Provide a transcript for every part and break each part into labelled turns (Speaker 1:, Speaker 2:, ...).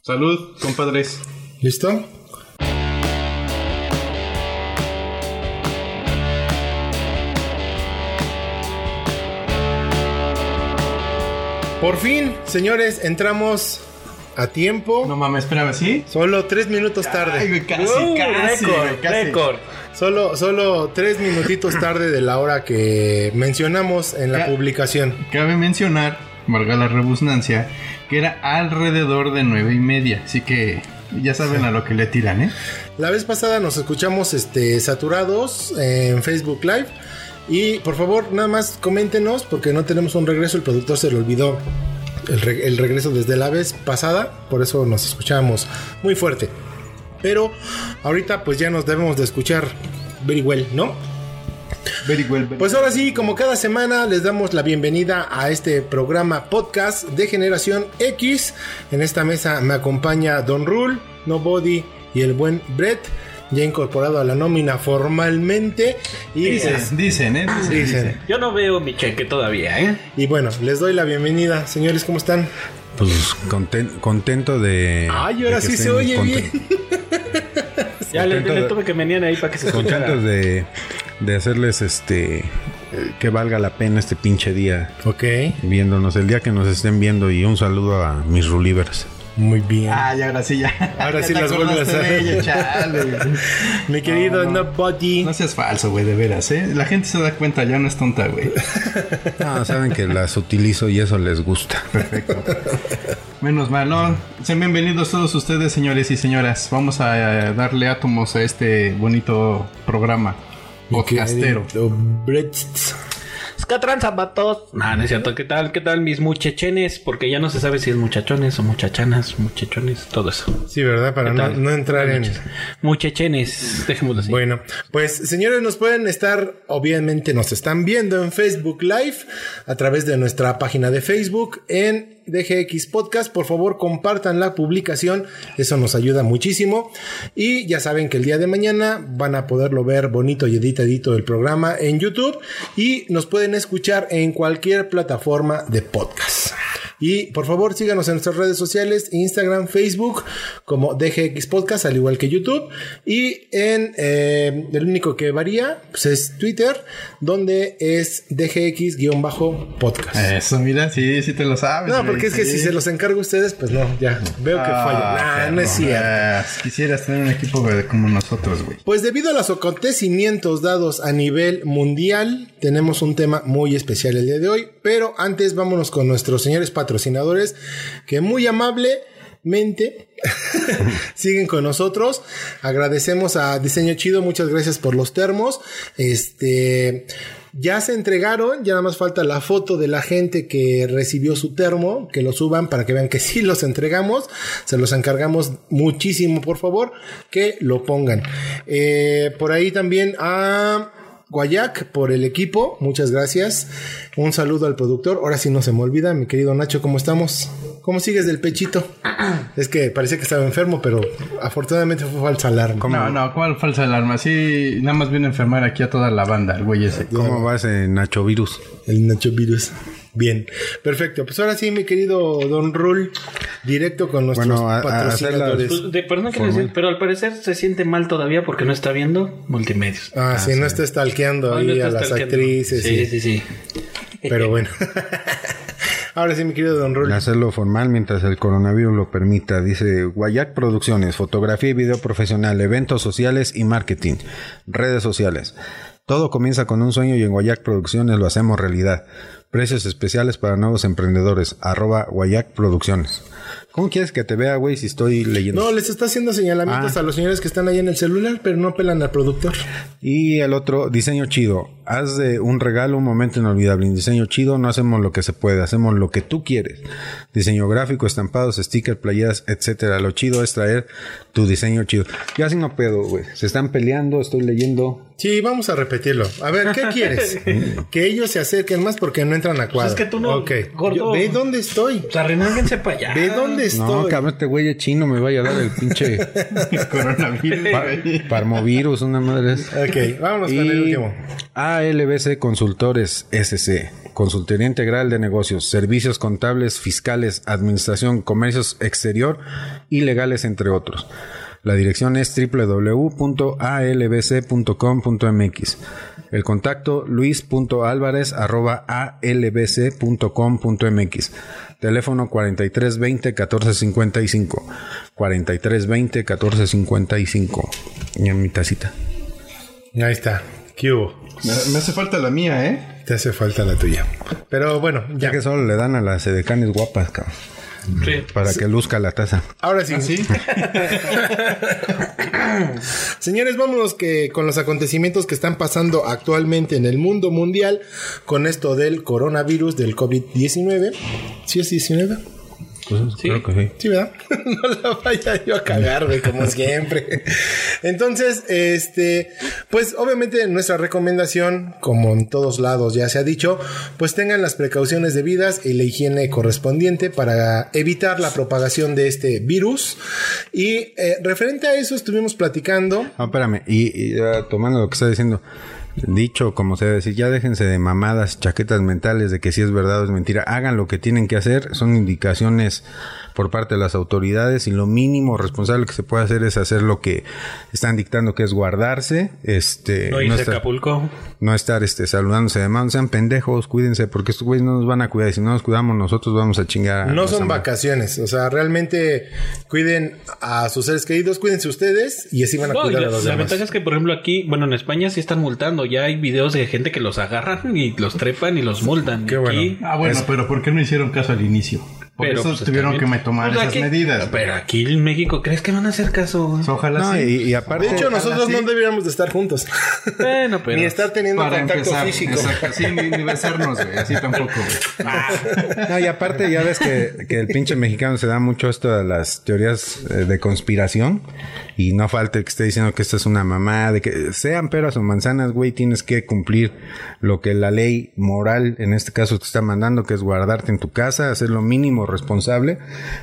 Speaker 1: Salud, compadres.
Speaker 2: ¿Listo? Por fin, señores, entramos a tiempo.
Speaker 1: No mames, espérame, ¿sí?
Speaker 2: Solo tres minutos
Speaker 1: Ay,
Speaker 2: tarde.
Speaker 1: güey, casi,
Speaker 3: Uh,
Speaker 1: casi,
Speaker 3: récord,
Speaker 1: güey, casi.
Speaker 3: récord.
Speaker 2: Solo, solo tres minutitos tarde de la hora que mencionamos en la
Speaker 1: Ya.
Speaker 2: publicación.
Speaker 1: Cabe mencionar, valga la rebusnancia, que era alrededor de nueve y media. Así que ya saben a lo que le tiran, ¿eh?
Speaker 2: La vez pasada nos escuchamos este, saturados eh, en Facebook Live. Y por favor, nada más coméntenos porque no tenemos un regreso. El productor se le olvidó el, re- el regreso desde la vez pasada. Por eso nos escuchábamos muy fuerte. Pero ahorita pues ya nos debemos de escuchar very well, ¿no?
Speaker 1: Very well, very
Speaker 2: Pues ahora sí, como cada semana, les damos la bienvenida a este programa podcast de Generación X. En esta mesa me acompaña Don Rule, Nobody y el buen Brett, ya incorporado a la nómina formalmente. Y,
Speaker 1: Dicen, dicen, ¿eh? Dicen,
Speaker 2: Dicen.
Speaker 1: dicen.
Speaker 3: Yo no veo mi cheque todavía, ¿eh?
Speaker 2: y bueno, les doy la bienvenida. Señores, ¿cómo están?
Speaker 4: Pues conten- contento de.
Speaker 2: Ay, ahora
Speaker 4: de
Speaker 2: sí
Speaker 4: que
Speaker 2: se
Speaker 4: estén
Speaker 2: oye
Speaker 4: conten-
Speaker 3: Ya le,
Speaker 4: Contento
Speaker 3: le
Speaker 4: de-
Speaker 3: tuve que venían ahí para que se escuchara.
Speaker 4: Contentos de, de hacerles este. eh, Que valga la pena este pinche día
Speaker 2: Ok,
Speaker 4: viéndonos, el día que nos estén viendo. Y un saludo a mis rulivers.
Speaker 2: muy bien.
Speaker 1: Ah, ya, ahora sí, ya.
Speaker 2: Ahora
Speaker 1: Ya
Speaker 2: sí
Speaker 1: te
Speaker 2: las vuelves a
Speaker 1: acordaste
Speaker 2: hacer.
Speaker 1: de ella, chale, güey.
Speaker 2: Mi querido
Speaker 1: no.
Speaker 2: Nobody.
Speaker 1: No seas falso, güey, de veras, ¿eh? La gente se da cuenta, ya no es tonta, güey.
Speaker 4: Ah, saben que las utilizo y eso les gusta.
Speaker 1: Perfecto. Menos mal, ¿no? Sean bienvenidos todos ustedes, señores y señoras. Vamos a eh, darle átomos a este bonito programa
Speaker 2: Mi
Speaker 1: podcastero.
Speaker 2: querido Brett.
Speaker 3: Es que tranza, vatos. Nah, no es cierto. ¿Qué tal? ¿Qué tal mis muchachenes? Porque ya no se sabe si es muchachones o muchachanas, muchachones, todo eso.
Speaker 2: Sí, ¿verdad? Para
Speaker 3: ¿Qué
Speaker 2: no,
Speaker 3: tal?
Speaker 2: no entrar en...
Speaker 3: Muchachenes, dejémoslo así.
Speaker 2: Bueno, pues señores, nos pueden estar, obviamente nos están viendo en Facebook Live a través de nuestra página de Facebook en DGX Podcast. Por favor, compartan la publicación, eso nos ayuda muchísimo. Y ya saben que el día de mañana van a poderlo ver bonito y editadito el programa en YouTube y nos pueden escuchar en cualquier plataforma de podcast. Y por favor síganos en nuestras redes sociales, Instagram, Facebook, como DGX Podcast, al igual que YouTube. Y en eh, el único que varía pues es Twitter, donde es DGX-podcast.
Speaker 1: Eso, mira, sí, sí te lo sabes.
Speaker 2: no,
Speaker 1: güey,
Speaker 2: porque es que
Speaker 1: Eh, sí.
Speaker 2: si se los encargo a ustedes, pues no, ya veo que
Speaker 1: Ah,
Speaker 2: fallo. Nah, no es
Speaker 1: perro,
Speaker 2: cierto.
Speaker 1: nah, Quisieras tener un equipo güey, como nosotros, güey.
Speaker 2: Pues debido a los acontecimientos dados a nivel mundial, tenemos un tema muy especial el día de hoy, pero antes vámonos con nuestros señores patrocinadores que muy amablemente siguen con nosotros. Agradecemos a Diseño Chido, muchas gracias por los termos. Este ya se entregaron, ya nada más falta la foto de la gente que recibió su termo, que lo suban para que vean que sí los entregamos, se los encargamos muchísimo, por favor, que lo pongan. Eh, por ahí también a Guayac por el equipo, muchas gracias. Un saludo al productor, ahora sí no se me olvida, mi querido Nacho, ¿cómo estamos? ¿Cómo sigues del pechito? Es que parecía que estaba enfermo, pero afortunadamente fue falsa alarma.
Speaker 1: No, no, ¿cuál falsa alarma? Sí, nada más viene a enfermar aquí a toda la banda, el güey ese.
Speaker 4: ¿Cómo va ese Nacho Virus?
Speaker 2: El Nacho Virus. Bien, perfecto. Pues ahora sí, mi querido Don Rul, directo con nuestros
Speaker 4: Bueno, a- a
Speaker 2: patrocinadores.
Speaker 4: hacer
Speaker 3: Pues, de- perdón que les- pero al parecer se siente mal todavía porque no está viendo multimedios.
Speaker 2: Ah, sí, no está stalkeando
Speaker 3: Ay,
Speaker 2: ahí
Speaker 3: no
Speaker 2: a
Speaker 3: está
Speaker 2: las
Speaker 3: stalkeando.
Speaker 2: actrices.
Speaker 3: Sí,
Speaker 2: y-
Speaker 3: sí, sí.
Speaker 2: Pero bueno. ahora sí, mi querido Don Rul.
Speaker 4: Hacerlo formal mientras el coronavirus lo permita. Dice Guayac Producciones, fotografía y video profesional, eventos sociales y marketing, redes sociales. Todo comienza con un sueño y en Guayac Producciones lo hacemos realidad. Precios especiales para nuevos emprendedores. Arroba Guayac Producciones. ¿Cómo quieres que te vea, güey, si estoy leyendo?
Speaker 2: No, les está haciendo señalamientos
Speaker 4: Ah.
Speaker 2: a los señores que están ahí en el celular, pero no apelan al productor.
Speaker 4: Y el otro, diseño chido. Haz de un regalo un momento inolvidable. En diseño chido no hacemos lo que se puede, hacemos lo que tú quieres. Diseño gráfico, estampados, stickers, playeras, etcétera. Lo chido es traer tu diseño chido. Ya si no pedo, güey. Se están peleando, estoy leyendo.
Speaker 2: Sí, vamos a repetirlo. A ver, ¿qué quieres? que ellos se acerquen más porque no entran a cuadro.
Speaker 3: Pues es que tú no,
Speaker 2: Ok.
Speaker 3: gordo.
Speaker 2: Yo- ve dónde estoy.
Speaker 3: O sea, reníguense para allá.
Speaker 2: Ve dónde estoy.
Speaker 4: No, cabrón, este güey es chino, me vaya a dar el pinche
Speaker 1: Coronavirus,
Speaker 4: par-
Speaker 1: güey.
Speaker 4: parmovirus, una madre. es.
Speaker 2: Ok, vámonos con
Speaker 4: Y-
Speaker 2: el último.
Speaker 4: Ah, ALBC Consultores SC, Consultoría Integral de Negocios, Servicios Contables, Fiscales, Administración, Comercios Exterior y Legales, entre otros. La dirección es www.albc.com.mx. El contacto luis.alvarez.albc.com.mx. Teléfono 4320-1455. 4320-1455. Y mi tacita.
Speaker 2: Ahí está. ¿Qué hubo?
Speaker 1: Me, me hace falta la mía, ¿eh?
Speaker 2: Te hace falta la tuya. Pero bueno,
Speaker 4: Ya
Speaker 2: ya.
Speaker 4: que solo le dan a las edecanes guapas, cabrón. Para que luzca la taza.
Speaker 2: Ahora sí.
Speaker 1: ¿Sí?
Speaker 2: Señores, vámonos que con los acontecimientos que están pasando actualmente en el mundo mundial con esto del coronavirus, del COVID-19. ¿Sí es 19?
Speaker 3: Sí.
Speaker 4: Pues, Creo que sí.
Speaker 2: Sí, ¿verdad? No la vaya yo a cagar, güey, como siempre. Entonces, este, pues obviamente nuestra recomendación, como en todos lados ya se ha dicho, pues tengan las precauciones debidas y la higiene correspondiente para evitar la propagación de este virus. Y eh, referente a eso estuvimos platicando.
Speaker 4: Ah, espérame. Y, y, ah, tomando lo que está diciendo. Dicho, como se debe decir, ya déjense de mamadas, chaquetas mentales de que si es verdad o es mentira. Hagan lo que tienen que hacer. Son indicaciones por parte de las autoridades y lo mínimo responsable que se puede hacer es hacer lo que están dictando, que es guardarse. Este,
Speaker 3: No hice
Speaker 4: estar-
Speaker 3: Acapulco.
Speaker 4: no estar este, saludándose de mano. Sean pendejos, cuídense, porque estos güeyes no nos van a cuidar. Y si no nos cuidamos, nosotros vamos a chingar. a
Speaker 2: No
Speaker 4: nuestra
Speaker 2: son
Speaker 4: madre.
Speaker 2: vacaciones, o sea, realmente cuiden a sus seres queridos, cuídense ustedes y así van a
Speaker 3: No, y
Speaker 2: cuidar
Speaker 3: la,
Speaker 2: a los
Speaker 3: la
Speaker 2: demás.
Speaker 3: ventaja es que, por ejemplo, aquí, bueno, en España sí están multando. Ya hay videos de gente que los agarran y los trepan y los multan.
Speaker 4: Qué
Speaker 3: Aquí,
Speaker 4: bueno.
Speaker 1: Ah, bueno, pero ¿por qué no hicieron caso al inicio? Por
Speaker 3: pero,
Speaker 1: eso
Speaker 3: pues,
Speaker 1: tuvieron
Speaker 3: también-
Speaker 1: que me tomar
Speaker 3: O sea,
Speaker 1: esas
Speaker 3: aquí-
Speaker 1: medidas.
Speaker 3: Pero aquí en México, ¿crees que van a hacer caso?
Speaker 1: Pues, Ojalá
Speaker 4: No,
Speaker 1: sí.
Speaker 4: y, y aparte.
Speaker 2: De hecho, nosotros no deberíamos de estar juntos.
Speaker 3: Bueno, pero.
Speaker 2: Ni estar teniendo
Speaker 1: Para
Speaker 2: contacto
Speaker 1: empezar,
Speaker 2: físico.
Speaker 1: exacto. Sí, ni, ni besarnos, güey. Así tampoco, güey. Ah,
Speaker 4: No, y aparte ya ves que, que el pinche mexicano se da mucho esto de las teorías eh, de conspiración y no falta el que esté diciendo que esto es una mamá, de que sean peras o manzanas, güey, tienes que cumplir lo que la ley moral en este caso te está mandando, que es guardarte en tu casa, hacer lo mínimo responsable,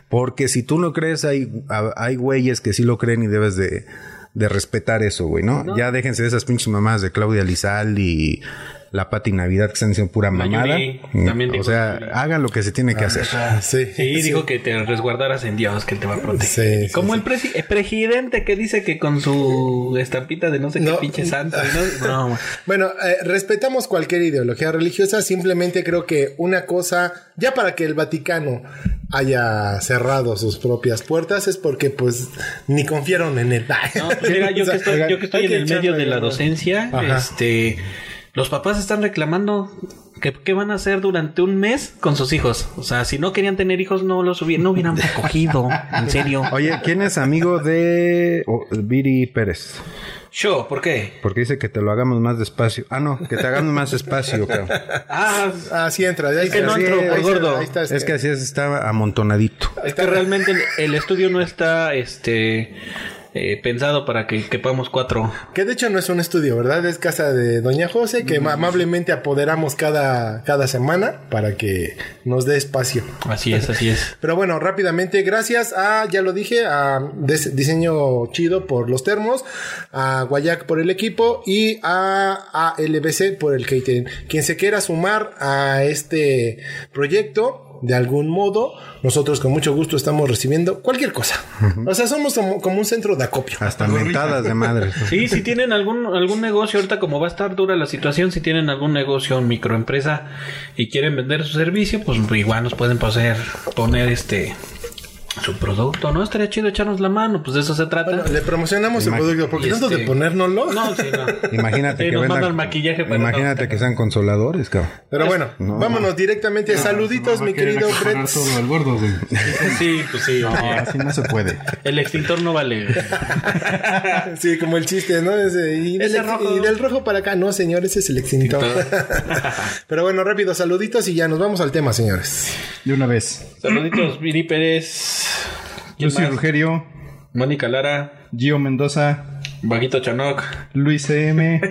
Speaker 4: porque si tú no crees, hay, a- hay güeyes que sí lo creen y debes de... de respetar eso, güey, ¿no? Ya déjense de esas pinches mamás de Claudia Lizal y la Pati Navidad que están diciendo pura
Speaker 3: La
Speaker 4: mamada.
Speaker 3: Yuri, también
Speaker 4: o
Speaker 3: dijo
Speaker 4: sea,
Speaker 3: Yuri.
Speaker 4: hagan lo que se tiene que hacer.
Speaker 2: Ah, Sí,
Speaker 3: Sí, dijo que te resguardaras en Dios, que él te va a proteger.
Speaker 2: Sí, sí,
Speaker 3: Como
Speaker 2: sí.
Speaker 3: el, presi- el presidente que dice que con su estampita de no sé
Speaker 2: No.
Speaker 3: qué pinche santo. y No, no,
Speaker 2: Bueno, eh, respetamos cualquier ideología religiosa, simplemente creo que una cosa, ya para que el Vaticano haya cerrado sus propias puertas, es porque pues ni confiaron en él.
Speaker 3: No, pues mira, yo
Speaker 2: O sea,
Speaker 3: que estoy, yo que estoy
Speaker 2: hay
Speaker 3: en el
Speaker 2: echarle
Speaker 3: medio de la
Speaker 2: ganas.
Speaker 3: docencia,
Speaker 2: Ajá.
Speaker 3: este, los papás están reclamando que qué van a hacer durante un mes con sus hijos. O sea, si no querían tener hijos, no los hubieran, no hubieran recogido, en serio.
Speaker 4: Oye, ¿quién es amigo de oh, Viri Pérez?
Speaker 3: Yo, ¿por qué?
Speaker 4: Porque dice que te lo hagamos más despacio. Ah, no, que te hagamos más despacio, cabrón.
Speaker 3: Ah,
Speaker 2: Ah, sí, entra. Ahí
Speaker 3: que no
Speaker 2: sí,
Speaker 3: entro, por
Speaker 2: ahí está,
Speaker 3: gordo.
Speaker 2: ahí está,
Speaker 4: Es que así es, estaba amontonadito.
Speaker 2: ahí
Speaker 3: es
Speaker 2: está.
Speaker 3: que realmente el- el estudio no está, este, eh, pensado para que quepamos cuatro.
Speaker 2: Que de hecho no es un estudio, ¿verdad? Es casa de Doña José,
Speaker 3: Mm.
Speaker 2: que amablemente apoderamos cada, cada semana para que nos dé espacio.
Speaker 3: Así es, así es.
Speaker 2: Pero bueno, rápidamente, gracias a, ya lo dije, a Des- Diseño Chido por los termos, a Guayac por el equipo y a ALBC por el catering. Quien se quiera sumar a este proyecto, de algún modo, nosotros con mucho gusto estamos recibiendo cualquier cosa. O sea, somos como, como un centro de acopio.
Speaker 4: Hasta mentadas de madre.
Speaker 3: Sí, si tienen algún, algún negocio, ahorita como va a estar dura la situación, si tienen algún negocio, microempresa y quieren vender su servicio, pues igual nos pueden poseer, poner este su producto, ¿no? Estaría chido echarnos la mano, pues de eso se trata.
Speaker 2: Bueno, le promocionamos el
Speaker 4: Imag-
Speaker 2: producto, porque
Speaker 3: Y
Speaker 2: tanto de
Speaker 3: este-
Speaker 2: ponérnoslo.
Speaker 3: no, sí, no.
Speaker 4: Imagínate
Speaker 3: Sí,
Speaker 4: que
Speaker 3: nos
Speaker 4: vendan-
Speaker 3: mandan maquillaje para
Speaker 4: Imagínate que sean consoladores, cabrón.
Speaker 2: Pero bueno,
Speaker 4: No,
Speaker 2: vámonos directamente. Saluditos,
Speaker 1: No,
Speaker 2: mi
Speaker 1: no quieren
Speaker 2: querido
Speaker 1: acaparar
Speaker 2: Fred.
Speaker 1: todo al gordo, güey.
Speaker 3: Sí, pues sí. no.
Speaker 1: Así Ah, no se puede.
Speaker 3: El extintor no vale.
Speaker 2: Sí, como el chiste, ¿no? Ese, y, del,
Speaker 3: Ese rojo.
Speaker 2: y del rojo para acá. No, señor, ese es el extintor. Pero bueno, rápido, saluditos y ya nos vamos al tema, señores.
Speaker 1: De una vez.
Speaker 3: Saluditos, Viri Pérez.
Speaker 1: Yo
Speaker 3: ¿Quién
Speaker 1: soy
Speaker 3: más?
Speaker 1: Rugerio,
Speaker 3: Mónica Lara,
Speaker 1: Gio Mendoza,
Speaker 3: Vaguito Chanoc.
Speaker 1: Luis E CM,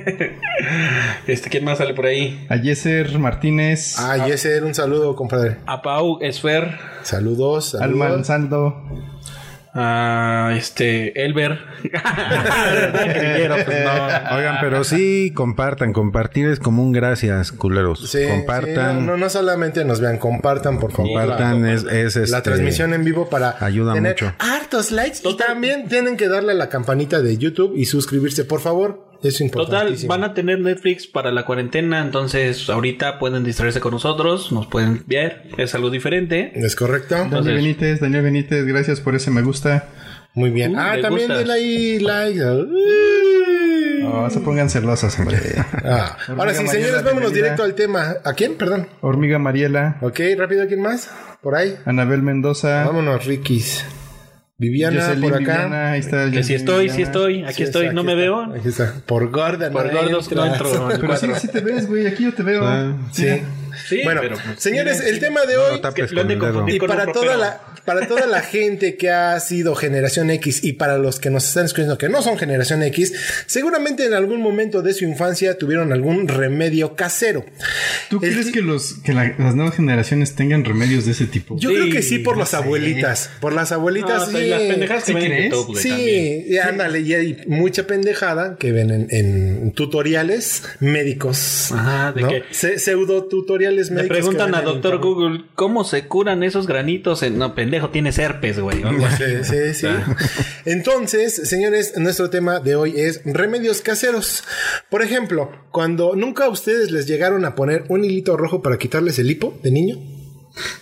Speaker 3: Este, ¿quién más sale por ahí?
Speaker 1: Ayeser Martínez,
Speaker 2: Ay,
Speaker 4: Ah.
Speaker 2: ese era un saludo, compadre.
Speaker 3: A Pau Esfer.
Speaker 2: Saludos,
Speaker 1: Alma
Speaker 2: saludos.
Speaker 1: Lanzando,
Speaker 3: a este Elber. Crillero, pues, no.
Speaker 4: Oigan, pero sí compartan. Compartir es como un gracias, culeros.
Speaker 2: Sí,
Speaker 4: compartan.
Speaker 2: sí, no, no, no solamente nos vean, compartan, por favor.
Speaker 4: Compartan es, es
Speaker 2: La
Speaker 4: este,
Speaker 2: transmisión en vivo para
Speaker 4: ayuda
Speaker 2: tener
Speaker 4: mucho.
Speaker 2: hartos likes y también tienen que darle a la campanita de YouTube y suscribirse, por favor. Es
Speaker 3: Total,
Speaker 2: importantísimo.
Speaker 3: van a tener Netflix para la cuarentena, entonces ahorita pueden distraerse con nosotros, nos pueden ver, es algo diferente.
Speaker 2: ¿Es correcto?
Speaker 1: Daniel
Speaker 3: Entonces-
Speaker 1: Benítez, Daniel Benítez, gracias por ese me gusta.
Speaker 2: Muy bien.
Speaker 3: Uh,
Speaker 2: ah,
Speaker 3: me
Speaker 2: también
Speaker 3: gusta.
Speaker 2: denle ahí like. Mm.
Speaker 1: No, Ah, se pongan celosas, hombre.
Speaker 2: Ah, Ahora sí,
Speaker 1: Mariela,
Speaker 2: señores,
Speaker 1: bienvenida.
Speaker 2: vámonos directo al tema. ¿A quién? Perdón.
Speaker 1: Hormiga Mariela,
Speaker 2: Ok, rápido, ¿quién más? Por ahí.
Speaker 1: Anabel Mendoza,
Speaker 2: Vámonos, Rikis. Viviana,
Speaker 1: Ah. Jocelyn
Speaker 2: por acá.
Speaker 1: Viviana, ahí está
Speaker 3: Que si
Speaker 1: Jocelyn
Speaker 3: estoy, si
Speaker 1: Viviana.
Speaker 3: estoy, aquí
Speaker 2: Sí,
Speaker 3: estoy,
Speaker 2: está,
Speaker 3: no
Speaker 2: aquí
Speaker 3: me
Speaker 2: está,
Speaker 3: veo.
Speaker 2: Aquí está. Por gorda,
Speaker 3: Por gordos que no
Speaker 2: entras.
Speaker 3: entro.
Speaker 1: Pero sí, sí te ves, güey, aquí yo te veo.
Speaker 2: Ah, Sí.
Speaker 3: Sí,
Speaker 2: Bueno,
Speaker 3: pero, pues,
Speaker 2: señores,
Speaker 3: mira,
Speaker 2: el tema de hoy
Speaker 4: No tapes
Speaker 3: que lo
Speaker 4: con
Speaker 3: han de
Speaker 4: el dedo.
Speaker 3: confundir.
Speaker 2: Y
Speaker 3: con
Speaker 2: para
Speaker 3: otro
Speaker 2: toda,
Speaker 3: pedo.
Speaker 2: la, para toda la gente que ha sido generación X y para los que nos están escuchando que no son generación X, seguramente en algún momento de su infancia tuvieron algún remedio casero.
Speaker 1: ¿Tú
Speaker 2: El-
Speaker 1: crees que, los, que la- las nuevas generaciones tengan remedios de ese tipo?
Speaker 2: Yo
Speaker 3: Sí,
Speaker 2: creo que sí por
Speaker 1: no
Speaker 2: las
Speaker 1: sé.
Speaker 2: abuelitas, por las
Speaker 3: Ah,
Speaker 2: abuelitas.
Speaker 3: pues,
Speaker 2: sí.
Speaker 3: las pendejadas
Speaker 1: ¿Sí
Speaker 3: que ven en
Speaker 1: crees?
Speaker 3: YouTube, güey, también.
Speaker 2: Sí, y ándale, y hay mucha pendejada que ven en, en tutoriales médicos.
Speaker 3: Ajá, de
Speaker 2: ¿no?
Speaker 3: que-
Speaker 2: Se- pseudo tutoriales
Speaker 3: Le
Speaker 2: médicos. que
Speaker 3: preguntan
Speaker 2: ven
Speaker 3: a
Speaker 2: en
Speaker 3: doctor
Speaker 2: internet.
Speaker 3: Google cómo se curan esos granitos. En... No, pendejo, tienes herpes, güey. o algo así.
Speaker 2: Sí, sí, sí.
Speaker 3: Ah.
Speaker 2: Entonces, señores, nuestro tema de hoy es remedios caseros. Por ejemplo, cuando nunca a ustedes les llegaron a poner un hilito rojo para quitarles el hipo de niño.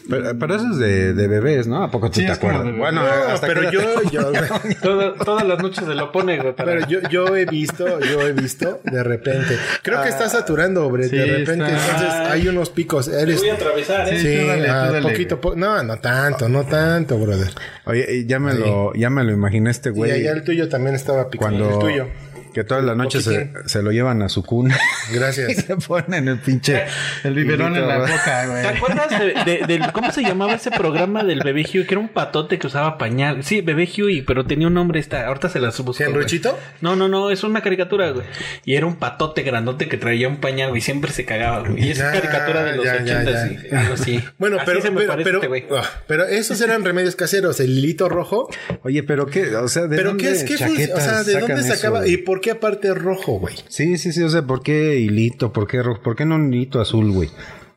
Speaker 4: Pero, pero eso es de, de bebés, ¿no? ¿A poco tú
Speaker 1: Sí,
Speaker 4: te
Speaker 1: es como
Speaker 4: acuerdas?
Speaker 1: de bebés.
Speaker 4: Bueno,
Speaker 2: No,
Speaker 4: hasta
Speaker 2: pero
Speaker 4: que ya te-
Speaker 2: yo, yo,
Speaker 3: Toda- todas las noches se lo pone, güey. para-
Speaker 2: pero yo, yo he visto, yo he visto de repente. Creo que
Speaker 4: Ah,
Speaker 2: está saturando, Bre,
Speaker 1: Sí,
Speaker 2: de repente.
Speaker 1: está.
Speaker 2: Entonces hay unos picos.
Speaker 3: Te
Speaker 2: Eres,
Speaker 3: voy a atravesar, ¿eh?
Speaker 1: Sí,
Speaker 2: sí,
Speaker 1: tú dale, tú
Speaker 2: ah,
Speaker 1: dale,
Speaker 2: poquito, po- no, no tanto, no tanto, brother.
Speaker 4: Oye, y ya me, lo, ya me lo imaginé este
Speaker 2: Y
Speaker 4: güey.
Speaker 2: allá el tuyo también estaba picando.
Speaker 4: cuando
Speaker 2: El tuyo.
Speaker 4: que todas las noches se, se lo llevan a su cuna y
Speaker 2: Gracias.
Speaker 4: se ponen el pinche
Speaker 1: El biberón en la
Speaker 4: hilito,
Speaker 1: boca,
Speaker 3: ¿Te
Speaker 1: güey.
Speaker 3: acuerdas de, de- del- cómo se llamaba ese programa del bebé Huey? Que era un patote que usaba pañal. Sí, bebé Huey, pero tenía un nombre esta. Ahorita se las busco. güey.
Speaker 2: ¿Henruchito?
Speaker 3: No, no, no, es una caricatura, güey. Y era un patote grandote que traía un pañal, güey. Siempre se cagaba, güey. Y es
Speaker 2: Ya,
Speaker 3: caricatura de los
Speaker 2: ya, ya,
Speaker 3: ochentas,
Speaker 2: ya.
Speaker 3: sí, algo así.
Speaker 2: Bueno,
Speaker 3: Así
Speaker 2: pero,
Speaker 3: se me
Speaker 2: pero,
Speaker 3: parece
Speaker 2: pero-
Speaker 3: este, güey.
Speaker 2: ah, pero esos eran remedios caseros, el hilito rojo.
Speaker 4: Oye, pero qué, o sea, ¿de
Speaker 2: Pero
Speaker 4: dónde
Speaker 2: qué es que, o
Speaker 4: chaquetas
Speaker 2: sea, ¿de
Speaker 4: sacan
Speaker 2: dónde
Speaker 4: eso,
Speaker 2: sacaba?
Speaker 4: güey?
Speaker 2: ¿Y por qué aparte rojo, güey?
Speaker 4: Sí, sí, sí, o sea, ¿por qué hilito? ¿Por qué rojo? ¿Por qué no un hilito azul, güey?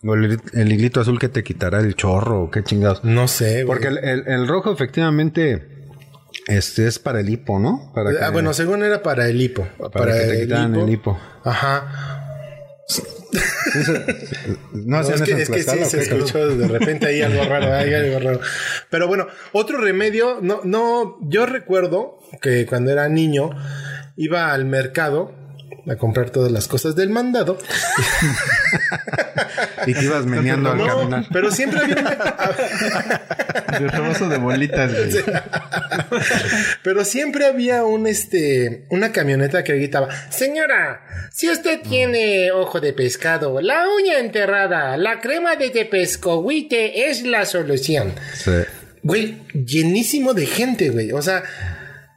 Speaker 4: O el, el hilito azul que te quitará el chorro, o qué chingados.
Speaker 2: No sé, güey.
Speaker 4: Porque el, el- el rojo efectivamente este es para el hipo, ¿no? Para
Speaker 2: Ah,
Speaker 4: que-
Speaker 2: bueno, según era para el hipo. Para,
Speaker 4: para, que te quitaran el hipo.
Speaker 2: Ajá.
Speaker 4: No,
Speaker 2: No,
Speaker 4: sean
Speaker 2: es, que, es que sí, se
Speaker 4: esas platadas, ¿o qué?
Speaker 2: escuchó de repente ahí algo raro, ahí algo raro. Pero bueno, otro remedio, no, no, yo recuerdo que cuando era niño iba al mercado a comprar todas las cosas del mandado.
Speaker 4: Y te ibas meneando al
Speaker 2: No,
Speaker 4: caminar.
Speaker 2: pero siempre había una-
Speaker 1: De rebozo de bolitas, güey.
Speaker 2: Pero siempre había un este una camioneta que gritaba, señora, si usted tiene ojo de pescado, la uña enterrada, la crema de tepescohuite es la solución.
Speaker 4: Sí.
Speaker 2: Güey, llenísimo de gente, güey. O sea,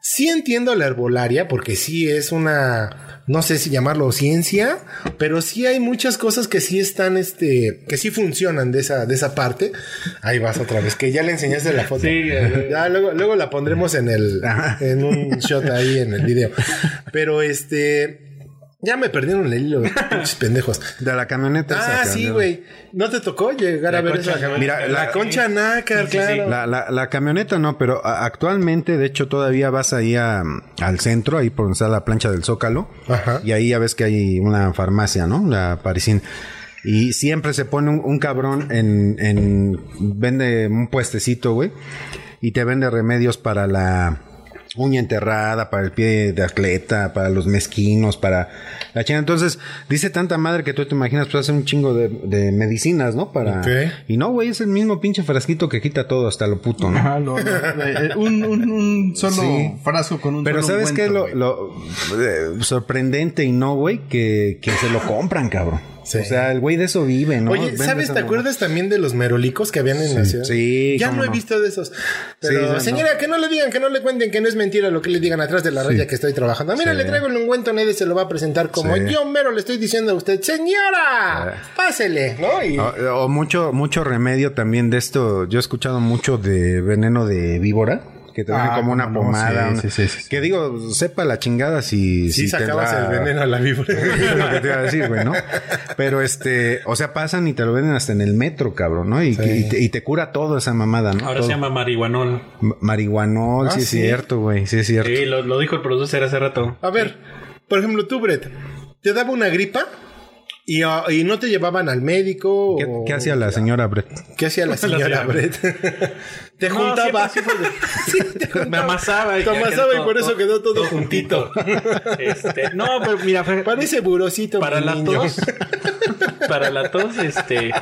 Speaker 2: sí entiendo la herbolaria porque sí es una, no sé si llamarlo ciencia, pero sí hay muchas cosas que sí están, este, que sí funcionan de esa, de esa parte. Ahí vas otra vez, que ya le enseñaste la foto.
Speaker 3: Sí, güey.
Speaker 2: Ya, luego, luego la pondremos en el, en un shot ahí en el video. Pero este... Ya me perdieron el hilo, pinches pendejos.
Speaker 4: De la camioneta.
Speaker 2: Ah,
Speaker 4: esa,
Speaker 2: sí,
Speaker 4: ¿no?
Speaker 2: güey. ¿No te tocó llegar
Speaker 3: La
Speaker 2: a ver
Speaker 3: concha
Speaker 2: esa
Speaker 3: nácar.
Speaker 4: Mira,
Speaker 2: la,
Speaker 4: la-
Speaker 2: concha nácar,
Speaker 3: Sí, sí, sí.
Speaker 2: claro.
Speaker 4: La, la- la camioneta no, pero a- actualmente, de hecho, todavía vas ahí a- al centro, ahí por donde está la plancha del Zócalo.
Speaker 2: Ajá.
Speaker 4: Y ahí ya ves que hay una farmacia, ¿no? La Parisín. Y siempre se pone un, un cabrón en, en- Vende un puestecito, güey. Y te vende remedios para la uña enterrada, para el pie de atleta, para los mezquinos, para la china. Entonces, dice tanta madre que tú te imaginas, pues hace un chingo de, de medicinas, ¿no? Para.
Speaker 2: Ok.
Speaker 4: Y no, güey, es el mismo pinche frasquito que quita todo hasta lo puto, ¿no?
Speaker 1: Ajá, lo- eh, eh, un, un, un solo
Speaker 4: Sí.
Speaker 1: frasco con un
Speaker 4: Pero
Speaker 1: solo
Speaker 4: ¿sabes qué? es Lo,
Speaker 1: ungüento,
Speaker 4: lo, eh, sorprendente y no, güey, que, que se lo compran, cabrón.
Speaker 2: Sí.
Speaker 4: O sea, el güey de eso vive, ¿no?
Speaker 2: Oye,
Speaker 4: Vende
Speaker 2: ¿sabes?
Speaker 4: esa
Speaker 2: ¿Te
Speaker 4: mamá.
Speaker 2: acuerdas también de los merolicos que habían en la ciudad?
Speaker 4: sí,
Speaker 2: Ya
Speaker 4: cómo
Speaker 2: no he
Speaker 4: no.
Speaker 2: visto de esos. Pero,
Speaker 4: ya
Speaker 2: señora, que no le digan, que no le cuenten, que no es mentira lo que le digan atrás de la raya que estoy trabajando. Mira,
Speaker 4: Sí.
Speaker 2: le traigo el ungüento, nadie se lo va a presentar como
Speaker 4: Sí. Ah.
Speaker 2: yo mero le estoy diciendo a usted, señora, pásele, ¿no? Y-
Speaker 4: O, o mucho, mucho remedio también de esto. Yo he escuchado mucho de veneno de víbora. Que te dejan
Speaker 1: Ah,
Speaker 4: como una
Speaker 1: cómo no,
Speaker 4: pomada.
Speaker 1: sí,
Speaker 4: una-
Speaker 1: sí, sí, sí, sí.
Speaker 4: Que digo, sepa la chingada si.
Speaker 2: Sí,
Speaker 4: si
Speaker 2: sacabas
Speaker 4: tendrá-
Speaker 2: el veneno a la víbora.
Speaker 4: es lo que te iba a decir, güey, ¿no? Pero este, o sea, pasan y te lo venden hasta en el metro, cabrón, ¿no? Y,
Speaker 2: Sí.
Speaker 4: y te, y te cura todo esa mamada, ¿no?
Speaker 3: Ahora
Speaker 4: Todo.
Speaker 3: se llama marihuanol.
Speaker 4: Ma- Marihuanol,
Speaker 2: Ah,
Speaker 4: sí es
Speaker 2: sí.
Speaker 4: cierto, güey, sí es cierto.
Speaker 3: Sí, lo, lo dijo el producer hace rato.
Speaker 2: A ver, por ejemplo, tú, Brett, te daba una gripa y, ah, y no te llevaban al médico.
Speaker 4: ¿Qué,
Speaker 2: o-
Speaker 4: qué hacía la señora Brett?
Speaker 2: ¿Qué hacía la señora
Speaker 3: señora
Speaker 2: Brett? te
Speaker 3: No,
Speaker 2: juntaba.
Speaker 4: pues,
Speaker 3: siempre así Me amasaba
Speaker 2: Te amasaba y
Speaker 3: todo-
Speaker 2: por eso quedó todo juntito.
Speaker 3: Este, no, pero mira, fe-
Speaker 2: Parece burocito.
Speaker 3: para
Speaker 2: mi
Speaker 3: la
Speaker 2: niño.
Speaker 3: tos, para la tos, este,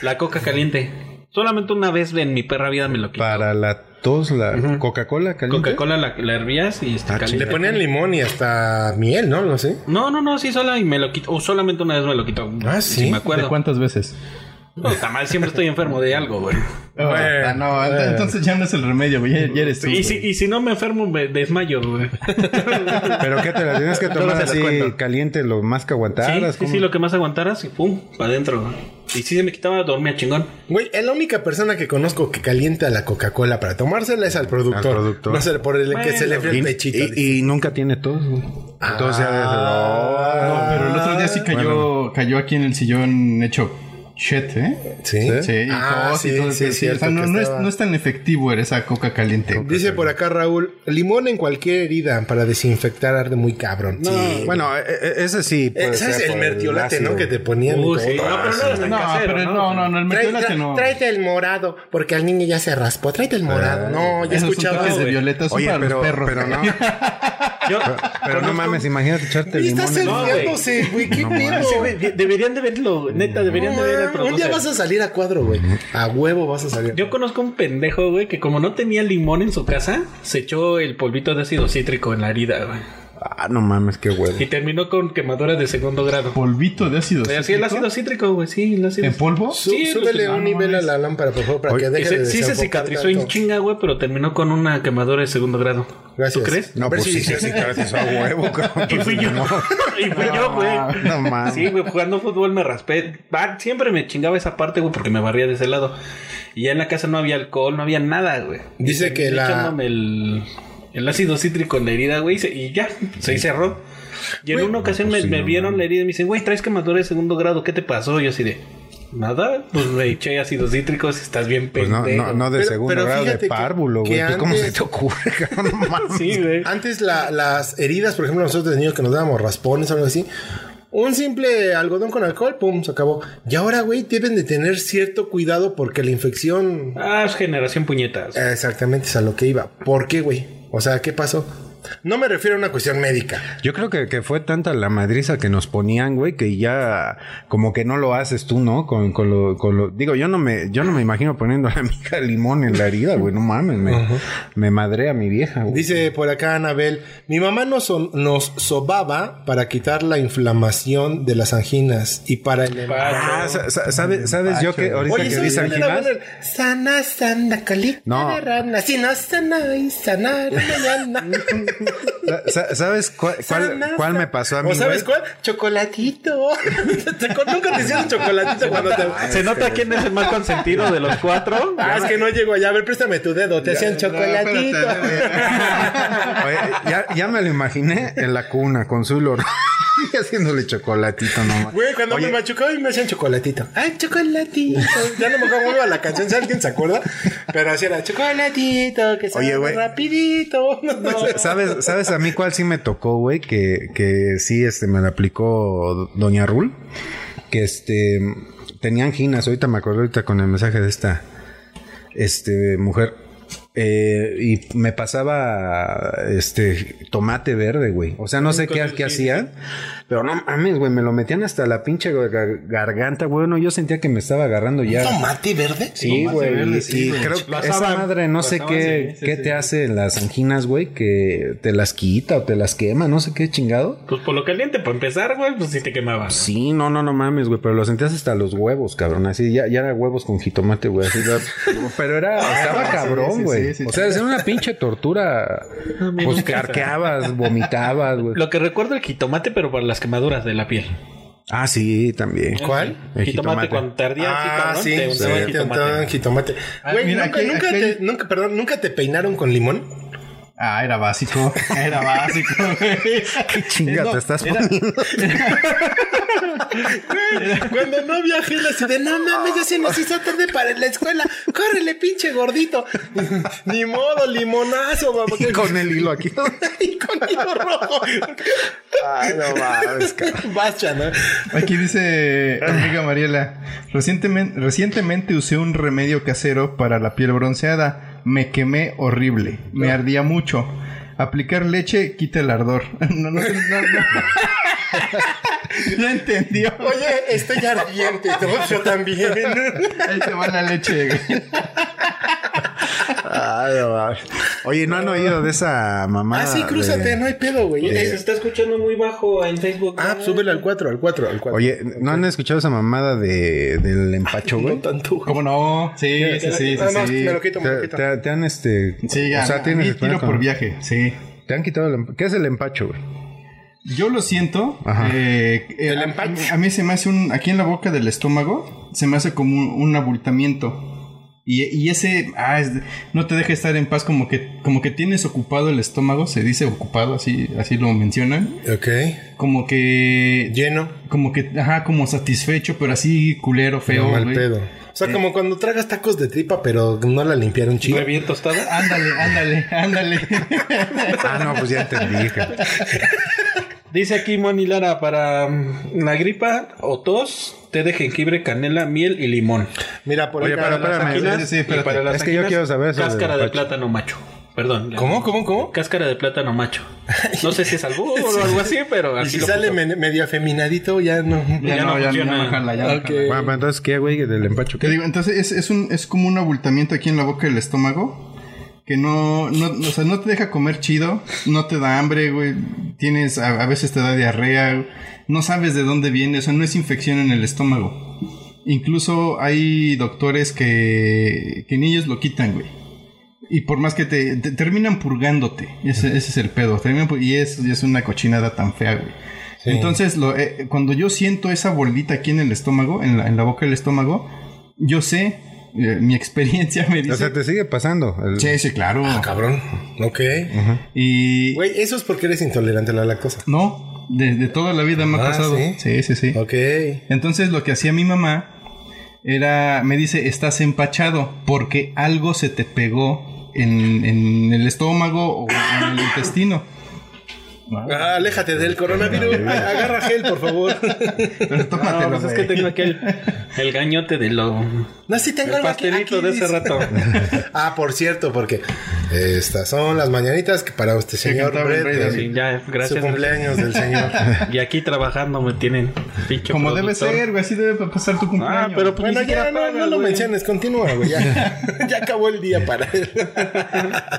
Speaker 3: la coca caliente. Solamente una vez en mi perra vida me lo quité.
Speaker 4: Para la tos, la Coca-Cola caliente.
Speaker 3: Coca-Cola la, la hervías y este,
Speaker 4: Ah,
Speaker 2: Le
Speaker 3: caliente.
Speaker 2: ponían limón y hasta miel, ¿no? No sé.
Speaker 3: No, no, no, sí, sola y me lo quito. O solamente una vez me lo quito.
Speaker 2: Ah,
Speaker 3: Si
Speaker 2: ¿sí?
Speaker 3: me
Speaker 1: ¿De
Speaker 3: acuerdo.
Speaker 1: cuántas veces?
Speaker 3: No, está mal, siempre estoy enfermo de algo, güey.
Speaker 2: Bueno,
Speaker 1: Ah, no, entonces ya no es el remedio, güey. Ya, ya eres tú.
Speaker 3: Y
Speaker 1: güey.
Speaker 3: si, y si no me enfermo, me desmayo, güey.
Speaker 4: Pero qué te la tienes que
Speaker 3: Luego
Speaker 4: tomar
Speaker 3: se las
Speaker 4: así
Speaker 3: cuento.
Speaker 4: caliente, lo más que
Speaker 3: Sí,
Speaker 4: aguantaras.
Speaker 3: sí,
Speaker 4: ¿cómo?
Speaker 3: sí, lo que más aguantaras y pum, para adentro. Y si se me quitaba, dormía chingón.
Speaker 2: Güey, es la única persona que conozco que calienta la Coca-Cola para tomársela es al productor.
Speaker 4: Al productor.
Speaker 2: No sé, por el que
Speaker 3: Bueno,
Speaker 2: se le fría
Speaker 4: Y-
Speaker 2: el pechito.
Speaker 4: y-
Speaker 2: dice.
Speaker 4: y, nunca tiene tos, güey. Entonces ya dices,
Speaker 1: No,
Speaker 4: "Oh".
Speaker 1: pero el otro día sí cayó, cayó aquí en el sillón hecho shit, ¿eh?
Speaker 2: ¿Sí?
Speaker 1: Sí, y
Speaker 2: Ah,
Speaker 1: tos y
Speaker 2: sí,
Speaker 1: todo, pero
Speaker 2: sí, es
Speaker 1: sí, o
Speaker 2: cierto
Speaker 1: sea, no,
Speaker 2: que
Speaker 1: no es,
Speaker 2: estaba-
Speaker 1: no es tan efectivo esa coca caliente.
Speaker 2: Dice por acá Raúl, limón en cualquier herida para desinfectar arde muy cabrón. Sí.
Speaker 4: Bueno, e- e- ese sí.
Speaker 2: Eh,
Speaker 4: puede
Speaker 2: ¿Sabes
Speaker 4: ser
Speaker 2: el
Speaker 4: por
Speaker 2: mertiolate,
Speaker 4: ácido.
Speaker 2: no? Que te ponían.
Speaker 3: Uh,
Speaker 2: y todo.
Speaker 3: sí. No, pero no era tan
Speaker 1: No,
Speaker 3: casero,
Speaker 1: pero no, no, no, el
Speaker 2: Trae-
Speaker 1: mertiolate
Speaker 2: tra-
Speaker 1: no.
Speaker 2: Tráete el morado, porque al niño ya se raspó. Tráete el morado. no, ya
Speaker 1: Esos son
Speaker 2: escuchaba.
Speaker 1: toques de
Speaker 2: güey.
Speaker 1: violetas son
Speaker 4: Oye,
Speaker 1: para
Speaker 4: pero,
Speaker 1: los perros.
Speaker 4: pero no.
Speaker 3: Yo-
Speaker 4: Pero no mames, imagínate echarte
Speaker 2: Y
Speaker 4: limón.
Speaker 2: estás
Speaker 4: en-
Speaker 3: No, güey.
Speaker 2: enviándose, güey. ¿Qué pedo?
Speaker 3: Sí, güey, de- deberían de verlo, güey. neta, deberían de ver el
Speaker 2: Un día
Speaker 3: producer.
Speaker 2: vas a salir a cuadro, güey. A huevo vas a salir.
Speaker 3: Yo conozco un pendejo, güey, que como no tenía limón en su casa, se echó el polvito de ácido cítrico en la herida, güey.
Speaker 4: Ah, no mames, qué huevo.
Speaker 3: Y terminó con quemaduras de segundo grado.
Speaker 1: Polvito de ácido.
Speaker 3: Así el ácido cítrico, güey, sí, el ácido
Speaker 1: ¿En polvo?
Speaker 2: Sú-
Speaker 3: Sí, pues,
Speaker 2: súbele
Speaker 1: los-
Speaker 2: un nivel
Speaker 1: no,
Speaker 2: a la lámpara, por favor, para
Speaker 4: Oye,
Speaker 2: que
Speaker 3: Y
Speaker 2: deje
Speaker 3: se-
Speaker 2: de
Speaker 3: sí se
Speaker 2: desenfocar
Speaker 3: cicatrizó
Speaker 2: tanto.
Speaker 3: en chinga, güey, pero terminó con una quemadura de segundo grado.
Speaker 2: Gracias.
Speaker 3: ¿Tú crees?
Speaker 4: No,
Speaker 2: A ver
Speaker 4: pues
Speaker 2: si-
Speaker 4: sí, sí, sí, claro, eso a huevo, cabrón.
Speaker 3: Y fui yo.
Speaker 4: No,
Speaker 3: y fui yo, güey.
Speaker 4: no mames.
Speaker 3: Sí, güey, jugando fútbol me raspé. Ah, siempre me chingaba esa parte, güey, porque me barría de ese lado. Y ya en la casa no había alcohol, no había nada, güey.
Speaker 2: Dice
Speaker 3: Y
Speaker 2: que la-
Speaker 3: echándome El, el ácido cítrico en la herida, güey, y se- y ya, se cerró. Y en una ocasión
Speaker 4: pues
Speaker 3: me, me vieron la herida y me dicen, güey, traes quemadura de segundo grado, ¿qué te pasó? Yo así de, nada, pues me eché ácido cítrico, si estás bien
Speaker 4: Pues
Speaker 3: pendejo.
Speaker 4: no, no, no de
Speaker 2: Pero-
Speaker 4: segundo
Speaker 2: pero
Speaker 4: grado, de
Speaker 2: fíjate que-
Speaker 4: párvulo, güey.
Speaker 2: que
Speaker 4: Pues, ¿Cómo
Speaker 2: antes-
Speaker 4: se te ocurre, cabrón? No mames.
Speaker 3: Sí, güey.
Speaker 2: Antes la- las heridas, por ejemplo, nosotros de niños que nos dábamos raspones o algo así. Un simple algodón con alcohol, pum, se acabó. Y ahora, güey, deben de tener cierto cuidado porque la infección...
Speaker 3: Ah, es generación puñetas.
Speaker 4: Eh,
Speaker 2: Exactamente, es a lo que iba. ¿Por qué, güey? O sea, ¿qué pasó? No me refiero a una cuestión médica.
Speaker 4: Yo creo que, que fue tanta la madriza que nos ponían, güey, que ya como que no lo haces tú, ¿no? Con, con lo, con lo- digo, yo no me, yo no me imagino poniendo a mi hija limón en la herida, güey. No mames, me, me madrea mi vieja, güey.
Speaker 2: Dice por acá Anabel, mi mamá nos, so- nos sobaba para quitar la inflamación de las anginas y para el...
Speaker 4: Ah, sa- sa- sabe- ¿sabes yo que ahorita
Speaker 2: Oye,
Speaker 4: que
Speaker 2: ¿sabes
Speaker 4: dice
Speaker 2: dónde la
Speaker 4: anginas?
Speaker 2: van a- Sana, sana, calita
Speaker 4: No.
Speaker 2: de rana. Si no sana y sanar mañana.
Speaker 4: Sa- sa- ¿Sabes cuál, cuál,
Speaker 2: Sana,
Speaker 4: cuál me
Speaker 2: sana.
Speaker 4: pasó a mí?
Speaker 2: ¿O sabes
Speaker 4: güey?
Speaker 2: cuál? Chocolatito. Te- Nunca te hicieron chocolatito cuando te...
Speaker 3: Se
Speaker 4: este,
Speaker 3: nota quién es el más consentido de los cuatro.
Speaker 2: Ah, es que no llego allá. A ver, préstame tu dedo. Te hacían chocolatito.
Speaker 4: Oye, ya, ya me lo imaginé en la cuna con su olor y haciéndole chocolatito nomás.
Speaker 2: Güey, cuando me machucaba y me hacían chocolatito. Ay, chocolatito. Ya no me acuerdo cómo iba la canción, si alguien se acuerda. Pero así era chocolatito, que
Speaker 4: Oye,
Speaker 2: se
Speaker 4: güey.
Speaker 2: rapidito.
Speaker 4: ¿Sabes, ¿Sabes a mí cuál sí me tocó, güey? Que, que sí este, me la aplicó Doña Rul. Que este tenía anginas. Ahorita me acuerdo ahorita con el mensaje de esta este, mujer. Eh, y me pasaba este tomate verde, güey. O sea, no sé qué, qué hacían, pero no mames, güey. Me lo metían hasta la pinche gar- garganta, güey. No, yo sentía que me estaba agarrando ya.
Speaker 2: ¿Tomate verde?
Speaker 4: Sí,
Speaker 1: Tomate
Speaker 4: güey.
Speaker 1: verde,
Speaker 4: Y,
Speaker 1: sí,
Speaker 4: y
Speaker 1: güey.
Speaker 4: creo que
Speaker 3: Lo
Speaker 4: esa
Speaker 3: asaban.
Speaker 4: madre, no sé
Speaker 3: asaban,
Speaker 4: qué,
Speaker 3: sí, sí,
Speaker 4: qué
Speaker 3: sí.
Speaker 4: te hace las anginas, güey, que te las quita o te las quema, no sé qué chingado.
Speaker 3: Pues por lo caliente, para empezar, güey, pues si te quemabas.
Speaker 4: Sí, no, no, no mames, güey, pero lo sentías hasta los huevos, cabrón. Así, ya, ya era huevos con jitomate, güey. así, la- pero era, estaba
Speaker 1: Ah, sí,
Speaker 4: cabrón, güey.
Speaker 1: sí, sí, Ah,
Speaker 4: o sea, era una pinche tortura. Pues carqueabas, vomitabas, güey.
Speaker 3: Lo que recuerdo el jitomate, pero para las quemaduras de la piel.
Speaker 4: Ah, sí, también.
Speaker 2: ¿Cuál?
Speaker 4: El jitomate.
Speaker 3: jitomate con tardía,
Speaker 2: Ah, sí,
Speaker 3: te
Speaker 2: sí,
Speaker 3: untaba
Speaker 2: te untaban
Speaker 3: jitomate.
Speaker 2: jitomate.
Speaker 1: Ah,
Speaker 2: Güey,
Speaker 1: mira,
Speaker 2: nunca,
Speaker 1: aquí-
Speaker 2: nunca
Speaker 1: aquí
Speaker 2: te,
Speaker 1: hay-
Speaker 2: nunca, perdón, nunca te peinaron con limón.
Speaker 1: Ah, era básico. Era básico, güey.
Speaker 4: Qué chinga
Speaker 1: No,
Speaker 4: te estás
Speaker 1: era-
Speaker 4: poniendo.
Speaker 2: Cuando no viajé, la así de no mames, ya se nos hizo tarde para la escuela. Córrele, pinche gordito. Ni modo, limonazo, papá.
Speaker 4: Y con el hilo aquí.
Speaker 2: y con hilo rojo.
Speaker 4: Ay, no mames, cabrón.
Speaker 2: Basta, ¿no?
Speaker 1: Aquí dice amiga Mariela, recientemente, recientemente usé un remedio casero para la piel bronceada. Me quemé horrible, me ardía mucho. Aplicar leche quita el ardor. No, no, no, no. Ya entendió.
Speaker 2: Oye, estoy ardiente, ¿no? Yo también.
Speaker 1: Ahí te va la leche. güey.
Speaker 4: Ay, no mames. Ah. Oye, ¿no han oído de esa mamá?
Speaker 2: Ah, sí, crúzate, no hay pedo, güey.
Speaker 3: Se está escuchando muy bajo en Facebook.
Speaker 2: Eh. Ah, súbelo al 4, al 4, al 4.
Speaker 4: Oye, ¿no han escuchado esa mamada de, del empacho, güey?
Speaker 2: no tanto. güey.
Speaker 1: ¿Cómo no? Sí, sí, sí,
Speaker 2: No, no,
Speaker 1: sí. sí.
Speaker 2: me lo quito, me lo
Speaker 4: Te,
Speaker 2: quito.
Speaker 4: te- te han este.
Speaker 1: Sí, ya.
Speaker 4: o sea, tienes
Speaker 1: a mí
Speaker 4: experiencia
Speaker 1: tiro
Speaker 4: con-
Speaker 1: por viaje, sí.
Speaker 4: Te han quitado el empacho. ¿Qué es el empacho, güey?
Speaker 1: Yo lo siento.
Speaker 4: Ajá.
Speaker 1: eh, eh,
Speaker 2: El
Speaker 1: a-
Speaker 2: empacho.
Speaker 1: A, mí se me hace un. Aquí en la boca del estómago se me hace como un, un abultamiento. Y, y ese. Ah, es- no te deja estar en paz. Como que, como que tienes ocupado el estómago. Se dice ocupado, así, así lo mencionan.
Speaker 2: Ok.
Speaker 1: Como que.
Speaker 2: Lleno.
Speaker 1: Como que. Ajá, como satisfecho, pero así culero, feo.
Speaker 2: mal
Speaker 1: güey.
Speaker 2: pedo. O sea, como cuando tragas tacos de tripa, pero no la limpiaron chido.
Speaker 3: Re bien tostada.
Speaker 1: Ándale, ándale, ándale.
Speaker 4: Ah, no, pues ya entendí, hija.
Speaker 3: Dice aquí Moni Lara, para mm, la gripa o tos, té de jengibre, canela, miel y limón.
Speaker 2: Mira, por ahí.
Speaker 4: Oye, pero espérame,
Speaker 3: Anginas
Speaker 1: sí, sí,
Speaker 3: y
Speaker 1: espérate.
Speaker 3: para las
Speaker 4: Es que yo
Speaker 3: anginas,
Speaker 4: quiero saber eso
Speaker 3: Cáscara
Speaker 4: del
Speaker 3: de
Speaker 4: empacho.
Speaker 3: plátano macho. Perdón. la-
Speaker 2: ¿Cómo, cómo, cómo?
Speaker 3: Cáscara de plátano macho. No sé si es algo o algo así, pero
Speaker 2: Y
Speaker 3: así
Speaker 2: si
Speaker 3: lo
Speaker 2: sale
Speaker 3: puso.
Speaker 2: me- medio afeminadito, ya no.
Speaker 1: ya, no, ya
Speaker 3: Ya no
Speaker 1: no, ya
Speaker 3: funciona.
Speaker 1: no, jala, ya no
Speaker 2: Ok.
Speaker 1: jala.
Speaker 4: Bueno, pero entonces, ¿qué, güey, del empacho?
Speaker 1: Te digo, entonces es, es un, es como un abultamiento aquí en la boca del estómago. Que no, no, o sea, no te deja comer chido, no te da hambre, güey. Tienes, a, a veces te da diarrea, no sabes de dónde viene, o sea, no es infección en el estómago. Incluso hay doctores que, que niños lo quitan, güey. Y por más que te, te- terminan purgándote, ese, ese es el pedo. terminan pu- y es, y es una cochinada tan fea, güey.
Speaker 2: Sí.
Speaker 1: Entonces, lo- eh, cuando yo siento esa bolita aquí en el estómago, en la, en la boca del estómago, yo sé, eh, mi experiencia me dice.
Speaker 4: O sea, te sigue pasando. el-
Speaker 1: Sí, sí, claro.
Speaker 2: Cabrón. Ok.
Speaker 1: Y.
Speaker 2: Ah, Güey, eso es porque eres intolerante a la lactosa.
Speaker 1: No, desde toda la vida me ha
Speaker 2: Ah,
Speaker 1: pasado.
Speaker 2: ¿sí?
Speaker 1: sí, sí. sí.
Speaker 2: Ok.
Speaker 1: Entonces lo que hacía mi mamá era, me dice, estás empachado porque algo se te pegó en, en el estómago o en el intestino.
Speaker 2: Ah, aléjate del coronavirus. Ah, Agarra gel, por favor.
Speaker 1: Pero tómatelo,
Speaker 3: No, pues es que
Speaker 1: güey.
Speaker 3: tengo aquí el, el gañote de lo...
Speaker 2: No, sí tengo
Speaker 3: El
Speaker 2: algo aquí-
Speaker 3: pastelito
Speaker 2: aquí
Speaker 3: de ese
Speaker 2: dice.
Speaker 3: rato.
Speaker 2: Ah, por cierto, porque estas son las mañanitas que para usted, señor
Speaker 1: cantaba el
Speaker 2: Brett,
Speaker 1: rey
Speaker 2: el-
Speaker 1: David.
Speaker 3: Sí, ya,
Speaker 2: su
Speaker 3: gracias.
Speaker 2: cumpleaños del señor.
Speaker 3: Y aquí trabajando me tienen pinche
Speaker 1: Como debe
Speaker 3: productor.
Speaker 1: ser, güey, así debe pasar tu cumpleaños.
Speaker 3: Ah, pero pues
Speaker 2: bueno,
Speaker 3: ni siquiera
Speaker 2: ya no,
Speaker 3: paga,
Speaker 2: no lo
Speaker 3: güey.
Speaker 2: menciones, continúa, güey. Ya, ya acabó el día para él.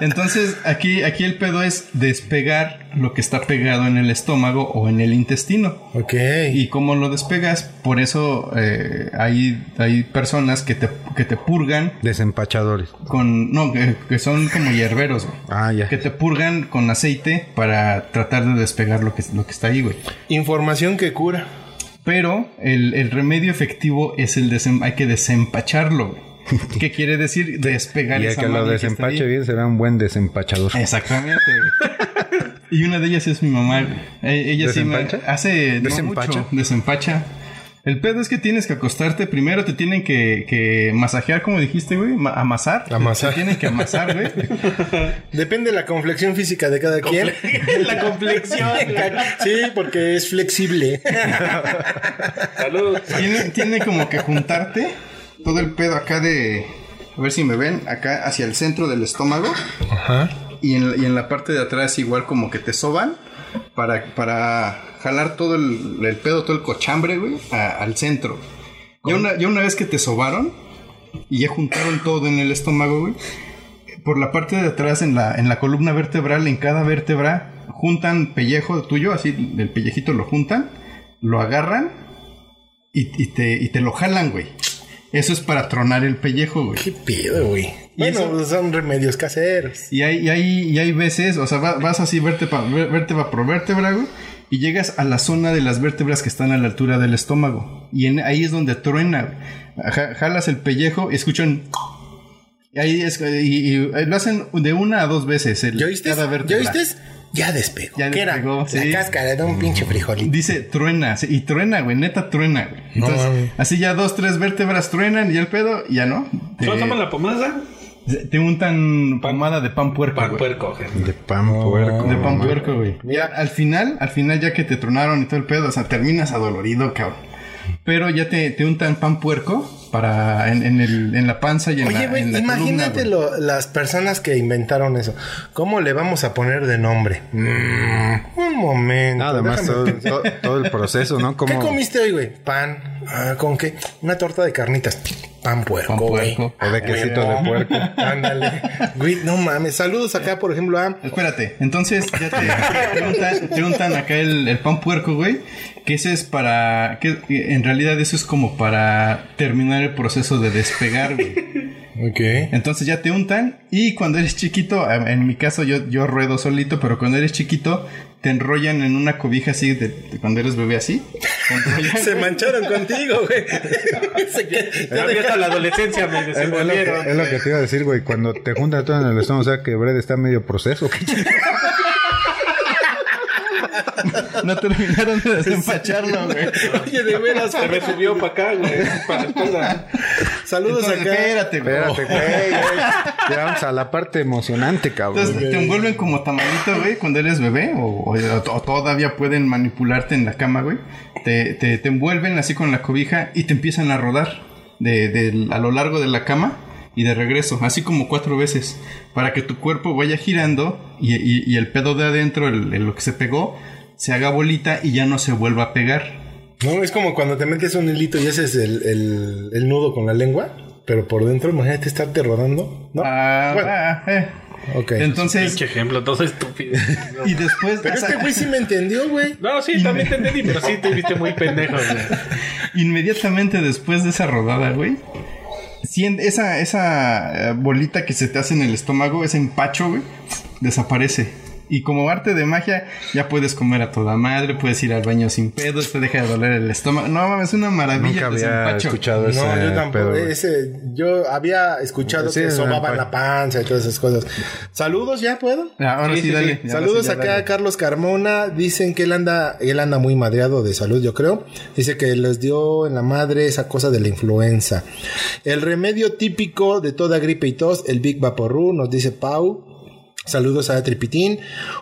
Speaker 1: Entonces, aquí, aquí el pedo es despegar lo que está pegado en el estómago o en el intestino.
Speaker 2: Ok.
Speaker 1: y cómo lo despegas. Por eso eh, hay, hay personas que te, que te purgan
Speaker 4: Desempachadores.
Speaker 1: con. No, que, que son como hierberos, güey.
Speaker 4: Ah, ya.
Speaker 1: Que te purgan con aceite para tratar de despegar lo que, lo que está ahí, güey.
Speaker 2: Información que cura.
Speaker 1: Pero el, el remedio efectivo es el desem- hay que desempacharlo, güey. ¿Qué quiere decir? Despegar
Speaker 4: Y el
Speaker 1: esa
Speaker 4: que lo
Speaker 1: madre que Eh, está ahí.
Speaker 4: desempache bien será un buen desempachador.
Speaker 1: Exactamente. güey. y una de ellas es mi mamá. güey. Eh, Ella sí me
Speaker 4: ¿Desempacha?
Speaker 1: hace no
Speaker 4: ¿Desempacha?
Speaker 1: mucho, desempacha. El pedo es que tienes que acostarte. Primero te tienen que, que masajear, como dijiste, güey. ma- amasar.
Speaker 2: Amasar.
Speaker 1: Te tienen que amasar, güey.
Speaker 2: Depende de la complexión física de cada quien.
Speaker 3: la complexión.
Speaker 2: Sí, porque es flexible.
Speaker 3: Salud.
Speaker 1: tiene, tiene como que juntarte todo el pedo acá de... A ver si me ven. Acá hacia el centro del estómago.
Speaker 2: Ajá.
Speaker 1: Y en, la- y en la parte de atrás igual como que te soban para, para jalar todo el, el pedo, todo el cochambre, güey, a- al centro. Ya una, ya una vez que te sobaron y ya juntaron todo en el estómago, güey, por la parte de atrás, en la, en la columna vertebral, en cada vértebra, juntan pellejo tuyo, así el pellejito lo juntan, lo agarran y, y te, y te lo jalan, güey. Eso es para tronar el pellejo, güey.
Speaker 2: Qué pedo, güey. Bueno, pues son remedios caseros.
Speaker 1: Y hay, y hay, y hay veces, o sea, va- vas así vértebra, vértebra por vértebra, güey. Y y llegas a la zona de las vértebras que están a la altura del estómago. Y en, ahí es donde truena. Ja- jalas el pellejo y escuchan. Ahí es- y, y- y lo hacen de una a dos veces. El,
Speaker 2: ¿Ya oíste?
Speaker 1: cada
Speaker 2: ¿Ya
Speaker 1: vértebra.
Speaker 2: oíste? Ya despegó.
Speaker 1: Ya
Speaker 2: ¿Qué
Speaker 1: despegó,
Speaker 2: era?
Speaker 1: sí.
Speaker 2: La cáscara de un pinche frijolito.
Speaker 1: Dice truena, sí, y truena, güey, neta truena, güey.
Speaker 2: No
Speaker 1: Entonces,
Speaker 2: mames.
Speaker 1: así ya dos, tres vértebras truenan y el pedo, ya no. Te,
Speaker 3: ¿Solo toman la pomada?
Speaker 1: te untan pomada de pan puerco.
Speaker 3: Pan
Speaker 1: güey.
Speaker 3: puerco.
Speaker 4: De pan puerco.
Speaker 2: Ah,
Speaker 1: De pan puerco, güey. Mira, al final, al final ya que te tronaron y todo el pedo, o sea, terminas adolorido, cabrón. Pero ya te, te untan pan puerco para en, en el, en la panza y en
Speaker 2: Oye,
Speaker 1: la,
Speaker 2: güey,
Speaker 1: en la columna,
Speaker 2: imagínate
Speaker 1: güey.
Speaker 2: lo- las personas que inventaron eso. ¿Cómo le vamos a poner de nombre? Mm, un momento.
Speaker 4: Nada más
Speaker 2: déjame-
Speaker 4: todo, todo- todo el proceso, ¿no?
Speaker 2: ¿Qué
Speaker 4: Como
Speaker 2: comiste hoy, güey? Pan. Ah, ¿Con qué? Una torta de carnitas. Pan puerco,
Speaker 1: Pan
Speaker 2: güey.
Speaker 1: puerco.
Speaker 4: O de quesito de puerco.
Speaker 2: Ándale. Güey, no mames. Saludos acá, por ejemplo, a...
Speaker 1: Espérate, entonces ya te, te untan, te untan acá el, el pan puerco, güey. Que ese es para. Que en realidad eso es como para terminar el proceso de despegar, güey.
Speaker 2: Ok.
Speaker 1: Entonces ya te untan y cuando eres chiquito, a- en mi caso yo, yo ruedo solito, pero cuando eres chiquito te enrollan en una cobija así, de, de cuando eres bebé así. Te enrollan,
Speaker 2: Se mancharon contigo, güey. Se que- ya dejaron-
Speaker 3: la adolescencia me
Speaker 4: Es, es lo que, es lo que te iba a decir, güey. Cuando te juntas todo en el estómago, o sea que Brad está medio proceso.
Speaker 1: no terminaron de desempacharlo, güey.
Speaker 2: Oye, de veras.
Speaker 3: Se me subió para acá, güey. Para la espalda.
Speaker 2: Saludos
Speaker 1: Entonces,
Speaker 2: acá.
Speaker 1: espérate, güey.
Speaker 4: Espérate, güey, güey. Ya vamos a la parte emocionante, cabrón.
Speaker 1: Entonces te envuelven como tamalito, güey, cuando eres bebé o, o- o todavía pueden manipularte en la cama, güey. Te, te- te envuelven así con la cobija y te empiezan a rodar de, de- a lo largo de la cama y de regreso, así como cuatro veces, para que tu cuerpo vaya girando y, y- y el pedo de adentro, el- el- lo que se pegó, se haga bolita y ya no se vuelva a pegar.
Speaker 2: No, es como cuando te metes un hilito y haces el, el- el nudo con la lengua, pero por dentro, imagínate estarte rodando. No.
Speaker 1: Ah,
Speaker 2: Bueno,
Speaker 1: ah, eh.
Speaker 2: ok.
Speaker 1: Entonces,
Speaker 3: Pinche ejemplo, todo estúpido.
Speaker 1: y después...
Speaker 2: Pero
Speaker 1: o sea,
Speaker 2: este güey sí me entendió, güey.
Speaker 3: No, sí, también te entendí, pero sí te viste muy pendejo, güey.
Speaker 1: Inmediatamente después de esa rodada, güey. sien- Esa, esa eh, bolita que se te hace en el estómago, ese empacho, güey, desaparece. Y como arte de magia, ya puedes comer a toda madre, puedes ir al baño sin pedos, te deja de doler el estómago. No mames, es una maravilla.
Speaker 4: Nunca
Speaker 1: el
Speaker 2: pues,
Speaker 4: había
Speaker 1: desempacho.
Speaker 4: escuchado
Speaker 2: No,
Speaker 4: ese
Speaker 2: yo tampoco.
Speaker 4: pedo, güey.
Speaker 2: ese, yo había escuchado
Speaker 4: Sí,
Speaker 2: que
Speaker 4: no,
Speaker 2: sobaban
Speaker 4: pa-
Speaker 2: la panza y todas esas cosas. Saludos, ¿ya puedo?
Speaker 1: Ah, Ahora sí,
Speaker 3: Sí, sí,
Speaker 1: dale.
Speaker 3: sí.
Speaker 1: ahora
Speaker 2: Saludos
Speaker 1: sí, ya
Speaker 2: acá
Speaker 1: dale.
Speaker 2: a Carlos Carmona. Dicen que él anda, él anda muy madreado de salud, yo creo. Dice que les dio en la madre esa cosa de la influenza. El remedio típico de toda gripe y tos, el Big Vaporru, nos dice Pau. Saludos a Tripitín.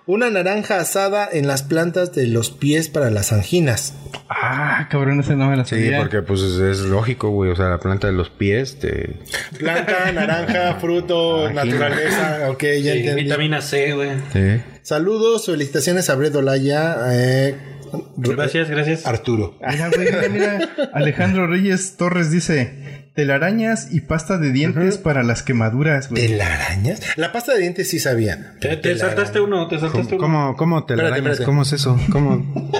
Speaker 2: Una naranja asada en las plantas de los pies para las anginas.
Speaker 1: Ah, cabrón, ese no me la
Speaker 4: Sí,
Speaker 1: sabía.
Speaker 4: porque pues es- es lógico, güey. O sea, la planta de los pies te...
Speaker 2: Planta, naranja, fruto,
Speaker 4: Angina.
Speaker 2: naturaleza. Ok, ya entendí.
Speaker 3: Vitamina C, güey.
Speaker 4: Sí.
Speaker 2: Saludos, felicitaciones a Bredo Laya. eh,
Speaker 3: Gracias, gracias.
Speaker 2: Arturo.
Speaker 1: Mira, güey, mira, mira. Alejandro Reyes Torres dice: telarañas y pasta de dientes para las quemaduras,
Speaker 2: Eh,
Speaker 1: güey.
Speaker 2: ¿Telarañas? La pasta de dientes sí sabía.
Speaker 3: Te, te saltaste uno, te saltaste uno.
Speaker 4: ¿Cómo, cómo te la
Speaker 2: Espérate,
Speaker 4: arañas?
Speaker 2: espérate.
Speaker 4: ¿Cómo es eso? ¿Cómo?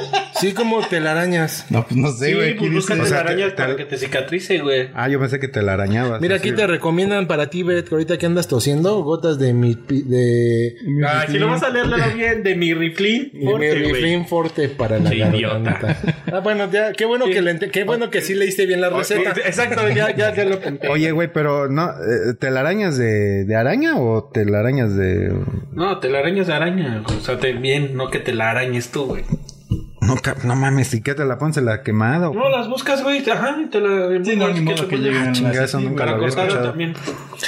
Speaker 2: Sí, como telarañas.
Speaker 1: No, pues no sé,
Speaker 3: Sí,
Speaker 1: güey. aquí
Speaker 3: pues
Speaker 1: dice-
Speaker 3: busca
Speaker 4: o sea,
Speaker 3: telarañas
Speaker 4: te-
Speaker 3: para que te cicatrice, güey.
Speaker 4: Ah, yo pensé que te la arañabas.
Speaker 2: Mira,
Speaker 4: así.
Speaker 2: aquí te recomiendan para ti, Beret, que ahorita que andas tosiendo, gotas de mi... pi- de...
Speaker 3: Ah, si lo vas a leer, léelo bien. De mi riflín.
Speaker 2: de
Speaker 3: Forte,
Speaker 2: mi
Speaker 3: güey.
Speaker 2: Riflin Forte para la
Speaker 3: Sí,
Speaker 2: garganta.
Speaker 3: idiota.
Speaker 2: Ah, bueno, ya, qué bueno que le ente- qué bueno que sí leíste bien la receta.
Speaker 3: Oh, Exacto, ya, ya, ya lo apunté.
Speaker 4: Oye, güey, pero no... eh, ¿Te la arañas de, de araña o te la arañas de...?
Speaker 3: No, te la arañas de araña. O sea, te, bien, no que te la arañes tú, güey.
Speaker 4: No, ca- no mames, ¿y qué te la pones? ¿La quemada? o
Speaker 3: No, las buscas, güey. Ajá, y te la.
Speaker 1: Sí, no, ni modo que lleguen
Speaker 3: Ah,
Speaker 1: las-
Speaker 4: Chinga, eso
Speaker 1: así,
Speaker 4: nunca
Speaker 1: güey.
Speaker 4: lo
Speaker 3: Para
Speaker 4: había
Speaker 3: cortarla
Speaker 4: escuchado.
Speaker 3: también.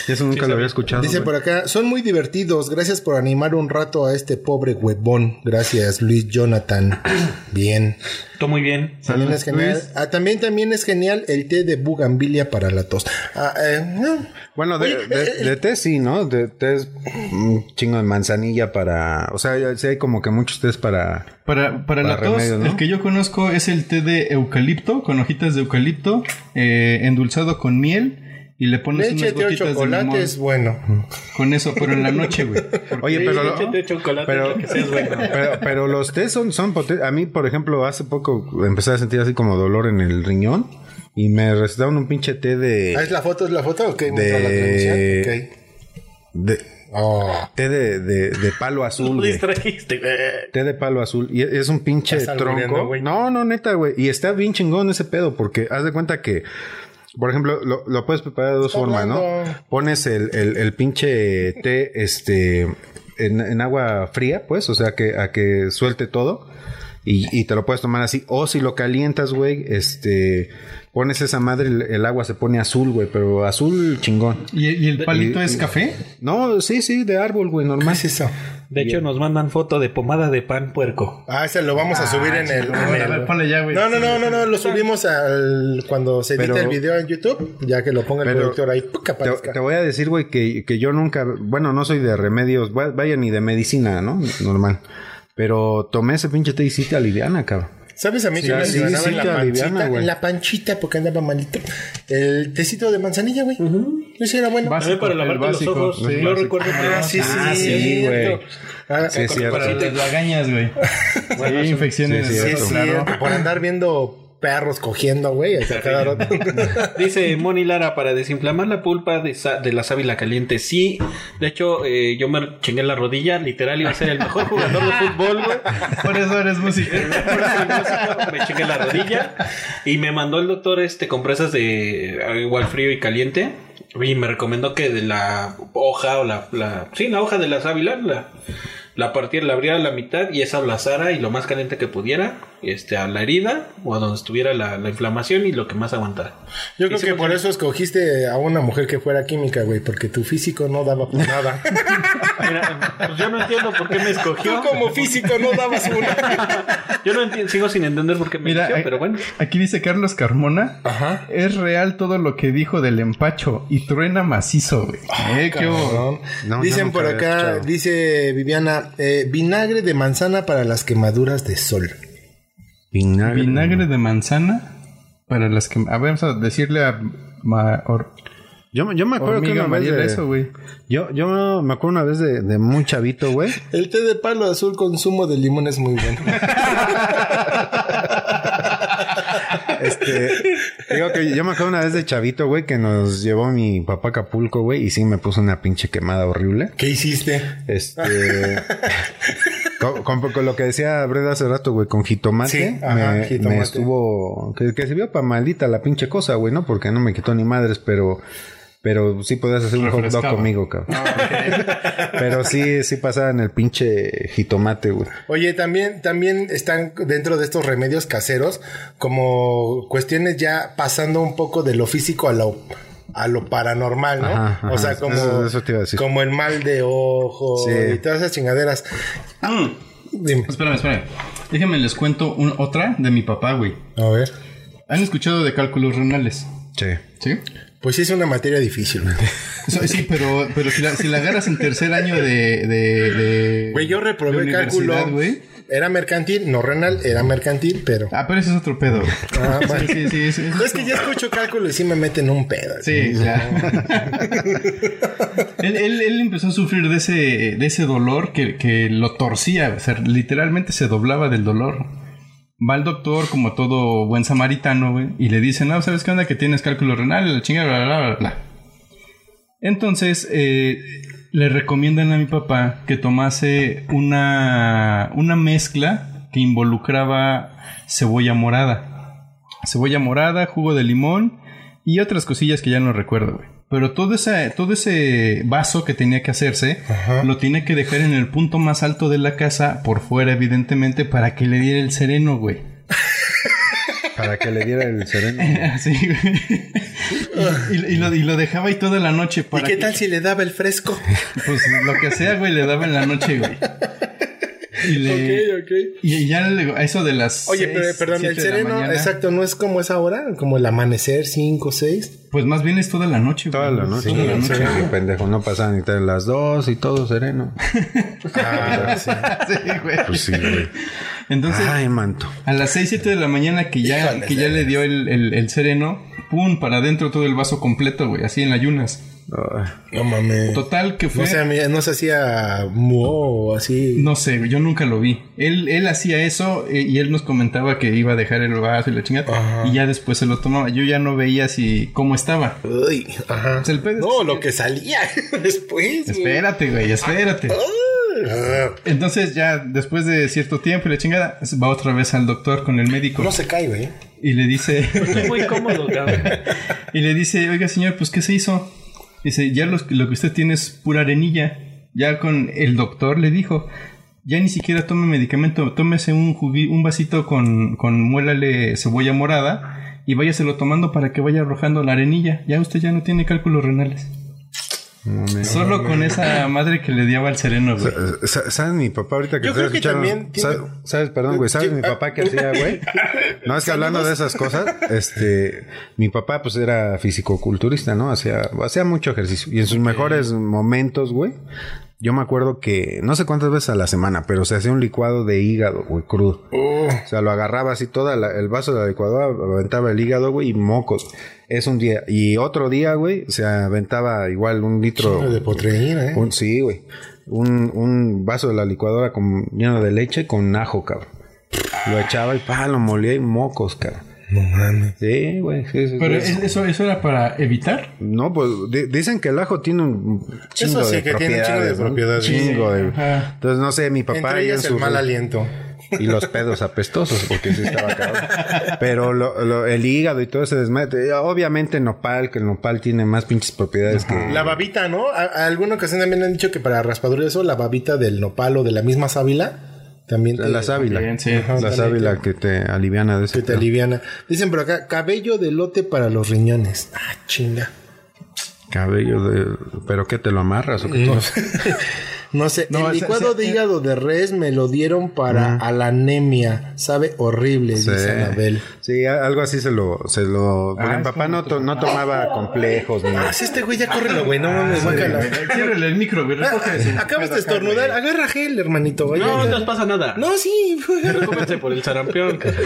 Speaker 4: Eso nunca lo había escuchado.
Speaker 2: Dice
Speaker 4: güey.
Speaker 2: por acá, son muy divertidos, gracias por animar un rato a este pobre huevón. Gracias, Luis Jonathan. Bien.
Speaker 3: Todo muy bien.
Speaker 2: También es genial.
Speaker 1: Luis.
Speaker 2: Ah, también, también es genial el té de bugambilia para la tos. Ah, eh, no.
Speaker 4: Bueno, de,
Speaker 2: Oye, eh,
Speaker 4: de- de té sí, ¿no? De té es un chingo de manzanilla para... O sea, ya- sí hay como que muchos tés para...
Speaker 1: Para, para, la
Speaker 4: Para
Speaker 1: tos,
Speaker 4: remedio, ¿no?
Speaker 1: el que yo conozco es el té de eucalipto, con hojitas de eucalipto, eh, endulzado con miel y le pones
Speaker 2: Leche,
Speaker 1: unas
Speaker 2: té o
Speaker 1: gotitas de limón
Speaker 2: chocolate es bueno.
Speaker 1: con eso, pero en la noche, güey. Porque-
Speaker 4: Oye, pero... lo-
Speaker 3: Échate chocolate,
Speaker 4: pero,
Speaker 3: lo que seas, güey.
Speaker 4: pero, pero los tés son, son potentes. A mí, por ejemplo, hace poco empecé a sentir así como dolor en el riñón y me recetaron un pinche té
Speaker 2: Ah, ¿Es
Speaker 4: de...
Speaker 2: la foto? ¿Es la foto? Ok,
Speaker 4: De-
Speaker 2: muestra la transmisión.
Speaker 4: de
Speaker 2: Oh.
Speaker 4: Té de, de- de palo azul,
Speaker 3: Lo
Speaker 4: güey.
Speaker 3: distrajiste.
Speaker 4: Té de palo azul. Y e-, es un pinche
Speaker 2: Estás albureando,
Speaker 4: tronco.
Speaker 2: güey.
Speaker 4: No, no, neta, güey. Y está bien chingón ese pedo, porque haz de cuenta que, por ejemplo, lo, lo puedes preparar de dos
Speaker 2: Está
Speaker 4: formas,
Speaker 2: hablando.
Speaker 4: ¿no? Pones el, el- el pinche té, este, en, en agua fría, pues, o sea, que, a que suelte todo. Y, y te lo puedes tomar así. O si lo calientas, güey, este, pones esa madre, el, el agua se pone azul, güey, pero azul chingón.
Speaker 1: ¿Y, y el palito
Speaker 4: y-
Speaker 1: es café?
Speaker 4: No, sí, sí, de árbol, güey,
Speaker 2: ¿Qué
Speaker 4: normal.
Speaker 2: es eso?
Speaker 3: De hecho, nos mandan foto de pomada de pan puerco.
Speaker 2: Ah, ese lo vamos a subir en el.
Speaker 1: bueno,
Speaker 2: en
Speaker 1: a
Speaker 2: el-
Speaker 1: ver, Ah, ponle ya, güey. Ah.
Speaker 2: No, no, no, no, no, lo subimos al cuando se edite
Speaker 4: Pero-
Speaker 2: el video en YouTube, ya que lo ponga el
Speaker 4: Pero-
Speaker 2: productor ahí, ¡puc! que
Speaker 4: Te,
Speaker 2: aparezca.
Speaker 4: te voy a decir, güey, que, que yo nunca, bueno, no soy de remedios, va- vaya ni de medicina, ¿no? Normal. Pero tomé ese pinche té y sí te aliviana, cabrón.
Speaker 2: ¿Sabes a mí
Speaker 4: Sí,
Speaker 2: que me
Speaker 4: sí,
Speaker 2: alivianaba
Speaker 4: sí,
Speaker 2: en la
Speaker 4: te
Speaker 2: panchita?
Speaker 4: aliviana, güey.
Speaker 2: en la panchita, porque andaba malito. El tecito de manzanilla, güey. Ese era bueno.
Speaker 1: Básico,
Speaker 3: para
Speaker 1: el
Speaker 3: lavarte los
Speaker 1: básico,
Speaker 3: ojos.
Speaker 1: el
Speaker 3: Yo
Speaker 1: básico.
Speaker 3: recuerdo que-
Speaker 2: Ah, sí, sí,
Speaker 4: Ah,
Speaker 2: sí,
Speaker 4: sí,
Speaker 2: es
Speaker 4: güey.
Speaker 2: cierto. Ah,
Speaker 4: Sí, es cierto.
Speaker 1: Para las lagañas, güey. Sí, infecciones.
Speaker 4: Sí,
Speaker 1: de
Speaker 4: es
Speaker 2: sí,
Speaker 1: dedos,
Speaker 2: es
Speaker 4: cierto.
Speaker 1: claro.
Speaker 2: cierto. Por andar viendo perros cogiendo, güey. hasta cada rato.
Speaker 3: Dice Moni Lara, para desinflamar la pulpa de, sa- de la sábila caliente, sí. De hecho, eh, yo me chingué la rodilla, literal, iba a ser el mejor jugador de fútbol, güey.
Speaker 1: Por eso eres músico.
Speaker 3: Por eso el músico, me chingué la rodilla y me mandó el doctor este compresas de eh, igual frío y caliente y me recomendó que de la hoja o la, la sí la hoja de la sábila la la partiera la abriera a la mitad y esa abrazara y lo más caliente que pudiera este a la herida o a donde estuviera la, la inflamación y lo que más aguantara
Speaker 2: Yo creo
Speaker 3: sí
Speaker 2: que por eso escogiste a una mujer que fuera química, güey, porque tu físico no daba por nada.
Speaker 3: Mira, pues yo no entiendo por qué me escogió
Speaker 2: físico no dabas una.
Speaker 3: yo no entiendo sigo sin entender por qué me
Speaker 1: Mira,
Speaker 3: eligió,
Speaker 1: eh,
Speaker 3: pero bueno
Speaker 1: aquí dice Carlos Carmona.
Speaker 2: Ajá.
Speaker 1: Es real todo lo que dijo del empacho y truena macizo, güey. Eh, qué hubo.
Speaker 2: Cabrón.
Speaker 4: No, yo
Speaker 2: Dicen
Speaker 4: nunca
Speaker 2: por
Speaker 4: había
Speaker 2: acá,
Speaker 4: escuchado.
Speaker 2: dice Viviana, eh, vinagre de manzana para las quemaduras de sol.
Speaker 4: Vinagre.
Speaker 1: Vinagre de manzana para las que... A ver, vamos a decirle a... Ma- or-
Speaker 4: Yo, me- yo me acuerdo que
Speaker 1: Hormiga
Speaker 4: una vez
Speaker 1: Mariela,
Speaker 4: de-
Speaker 1: eso, güey.
Speaker 4: yo, yo me acuerdo una vez de, de muy chavito, güey.
Speaker 2: El té de palo azul con zumo de limón es muy bueno.
Speaker 4: Este, digo que yo me acuerdo una vez de chavito, güey, que nos llevó mi papá a Acapulco, güey, y sí me puso una pinche quemada horrible.
Speaker 2: ¿Qué hiciste?
Speaker 4: Este. con, con- con lo que decía Breda hace rato, güey, con jitomate.
Speaker 2: Sí, ajá,
Speaker 4: me,
Speaker 2: jitomate.
Speaker 4: me estuvo. Que, que se vio pa' maldita la pinche cosa, güey, ¿no? Porque no me quitó ni madres, pero. Pero sí podías hacer un hot dog
Speaker 1: Refrescaba.
Speaker 4: conmigo, cabrón. pero sí, sí pasaba en el pinche jitomate, güey.
Speaker 2: Oye, también, también están dentro de estos remedios caseros como cuestiones ya pasando un poco de lo físico a lo a lo paranormal, ¿no?
Speaker 4: Ajá, ajá.
Speaker 2: o sea, como,
Speaker 4: Eso- eso te iba a decir.
Speaker 2: como el mal de ojo
Speaker 4: Sí.
Speaker 2: y todas esas chingaderas. Dime.
Speaker 1: Espérame, espérame. Déjenme les cuento un- otra de mi papá, güey.
Speaker 2: A ver.
Speaker 1: ¿Han escuchado de cálculos renales?
Speaker 4: Sí.
Speaker 1: ¿Sí?
Speaker 2: Pues sí es una materia difícil, güey.
Speaker 1: So- Sí, pero, pero si, la, si la agarras en tercer año de... de, de-
Speaker 2: Güey, yo
Speaker 1: de
Speaker 2: reprobé el
Speaker 1: universidad,
Speaker 2: cálculo.
Speaker 1: güey.
Speaker 2: Era mercantil, no renal, era mercantil, pero.
Speaker 1: Ah, pero ese es otro pedo. güey.
Speaker 2: Ah,
Speaker 1: Sí,
Speaker 2: bueno.
Speaker 1: sí, sí. es- es-
Speaker 2: No, es que ya escucho cálculo y sí me meten un pedo.
Speaker 1: Sí, ya. él, él- él empezó a sufrir de ese, de ese dolor que, que lo torcía, o sea, literalmente se doblaba del dolor. Va al doctor, como todo buen samaritano, güey, y le dice, no, ¿sabes qué onda? Que tienes cálculo renal, la chinga, bla, bla, bla, bla. Entonces, eh, le recomiendan a mi papá que tomase una, una mezcla que involucraba cebolla morada cebolla morada, jugo de limón y otras cosillas que ya no recuerdo, güey. Pero todo ese, todo ese vaso que tenía que hacerse, lo tiene que dejar en el punto más alto de la casa, por fuera, evidentemente, para que le diera el sereno, güey.
Speaker 4: Para que le diera el sereno.
Speaker 1: Así, güey. Y, y lo, y lo dejaba ahí toda la noche
Speaker 2: ¿Y
Speaker 1: para
Speaker 2: qué
Speaker 1: que-
Speaker 2: tal si le daba el fresco?
Speaker 1: Pues lo que sea, güey, le daba en la noche, güey. Y le...
Speaker 2: ok.
Speaker 1: Y ya le- a eso de las.
Speaker 2: Oye,
Speaker 1: seis,
Speaker 2: pero, perdón,
Speaker 1: siete
Speaker 2: el
Speaker 1: de la
Speaker 2: sereno,
Speaker 1: mañana,
Speaker 2: exacto, no es como es ahora, como el amanecer 5, 6.
Speaker 1: Pues más bien es toda la noche,
Speaker 4: Toda
Speaker 1: güey.
Speaker 4: la noche.
Speaker 1: Toda la
Speaker 4: Sí,
Speaker 1: noche.
Speaker 4: qué pendejo, no pasaba ni tal las dos y todo sereno.
Speaker 1: Sí, güey.
Speaker 4: Pues sí, güey.
Speaker 1: Entonces,
Speaker 4: Ay, manto.
Speaker 1: A las 6, 7 de la mañana que ya, que ya le dio el, el- el sereno, pum, para adentro todo el vaso completo, güey, así en ayunas.
Speaker 4: Ah,
Speaker 2: No mames.
Speaker 1: Total que fue.
Speaker 2: No se, hacía- no se hacía muo o así.
Speaker 1: No sé, güey, yo nunca lo vi. Él, él hacía eso eh, y él nos comentaba que iba a dejar el vaso y la chingada.
Speaker 2: Ajá.
Speaker 1: Y ya después se lo tomaba. Yo ya no veía si cómo estaba.
Speaker 2: Ay, ajá.
Speaker 1: Pues el pedo es
Speaker 2: No,
Speaker 1: que-
Speaker 2: lo que salía después. güey.
Speaker 1: Espérate, güey, espérate.
Speaker 2: Ah,
Speaker 1: Entonces ya después de cierto tiempo y la chingada, va otra vez al doctor con el médico
Speaker 2: No se cae, güey.
Speaker 1: y le dice,
Speaker 3: Estoy muy cómodo, cabrón.
Speaker 1: y le dice, oiga señor, pues ¿qué se hizo? Dice, ya los- lo que usted tiene es pura arenilla. Ya con el doctor le dijo, ya ni siquiera tome medicamento, tómese un, jugui- un vasito con, con muélale cebolla morada y váyaselo tomando para que vaya arrojando la arenilla. Ya usted ya no tiene cálculos renales.
Speaker 4: no mames.
Speaker 1: Solo con esa madre que le diaba al sereno, güey.
Speaker 4: Sa- sa- ¿Sabes mi papá ahorita que
Speaker 2: Yo
Speaker 4: ustedes
Speaker 2: creo que
Speaker 4: escucharon?
Speaker 2: también tiene-
Speaker 4: Sa- ¿Sabes? Perdón, güey. ¿Sabes mi papá que hacía, güey? No, es que hablando de esas cosas, este... Mi papá, pues, era fisicoculturista, ¿no? Hacía, hacía mucho ejercicio. Y en sus mejores momentos, güey, yo me acuerdo que... No sé cuántas veces a la semana, pero se hacía un licuado de hígado, güey, crudo.
Speaker 2: Oh.
Speaker 4: O sea, lo agarraba así toda la- el vaso de la licuadora, aventaba el hígado, güey, y mocos. Es un día. Y otro día, güey, se aventaba igual un litro...
Speaker 2: Lo de potreína, ¿eh?
Speaker 4: Un- sí, güey. Un, un vaso de la licuadora con, lleno de leche con ajo, cabrón. Lo echaba y pa, lo molía y mocos, cabrón.
Speaker 2: No mames.
Speaker 4: Sí, güey. sí, sí,
Speaker 1: Pero
Speaker 4: sí.
Speaker 1: es- eso, eso era para evitar.
Speaker 4: No, pues di- dicen que el ajo tiene un chingo
Speaker 2: sí,
Speaker 4: de
Speaker 2: que tiene un chingo de
Speaker 4: propiedades. ¿no?
Speaker 2: propiedades.
Speaker 4: Chingo de-
Speaker 1: Ajá.
Speaker 4: Entonces, no sé, mi papá
Speaker 2: Entre
Speaker 4: ahí en
Speaker 2: ellas el
Speaker 4: su-
Speaker 2: mal aliento.
Speaker 4: y los pedos apestosos, porque sí estaba cabrón. Pero lo- lo- el hígado y todo ese desmadre. Obviamente nopal, que el nopal tiene más pinches propiedades que...
Speaker 2: La babita, ¿no? A, a alguna ocasión también han dicho que para raspadura eso, la babita del nopal o de la misma sábila también te,
Speaker 4: La sábila.
Speaker 1: Bien, sí.
Speaker 2: Ajá,
Speaker 4: La
Speaker 2: ándale,
Speaker 4: sábila que te aliviana de ese
Speaker 2: que te
Speaker 4: pedo.
Speaker 2: aliviana. Dicen por acá, cabello de lote para los riñones. Ah, chinga.
Speaker 4: Cabello de... ¿Pero qué? ¿Te lo amarras o qué?
Speaker 2: No, no sé.
Speaker 1: No,
Speaker 2: el
Speaker 1: ese-
Speaker 2: licuado
Speaker 1: ese-
Speaker 2: de hígado de res me lo dieron para a la anemia. Sabe horrible, dice Anabel.
Speaker 4: Sí, a- algo así se lo... Se lo porque
Speaker 1: Ah,
Speaker 4: mi
Speaker 1: es
Speaker 4: papá
Speaker 1: como
Speaker 4: no, to- no tomaba complejos ni...
Speaker 2: Ah, sí, este güey ya córrelo, güey. No
Speaker 1: Ah,
Speaker 2: mames, guácala. Ah,
Speaker 1: Ciérrale el micro, güey. recoge su-
Speaker 2: Acabas de estornudar. Agarra gel, hermanito. güey.
Speaker 3: No, no
Speaker 2: Agarra-
Speaker 3: nos pasa nada.
Speaker 2: No, sí.
Speaker 3: Preocúpense por el sarampión. cabrón.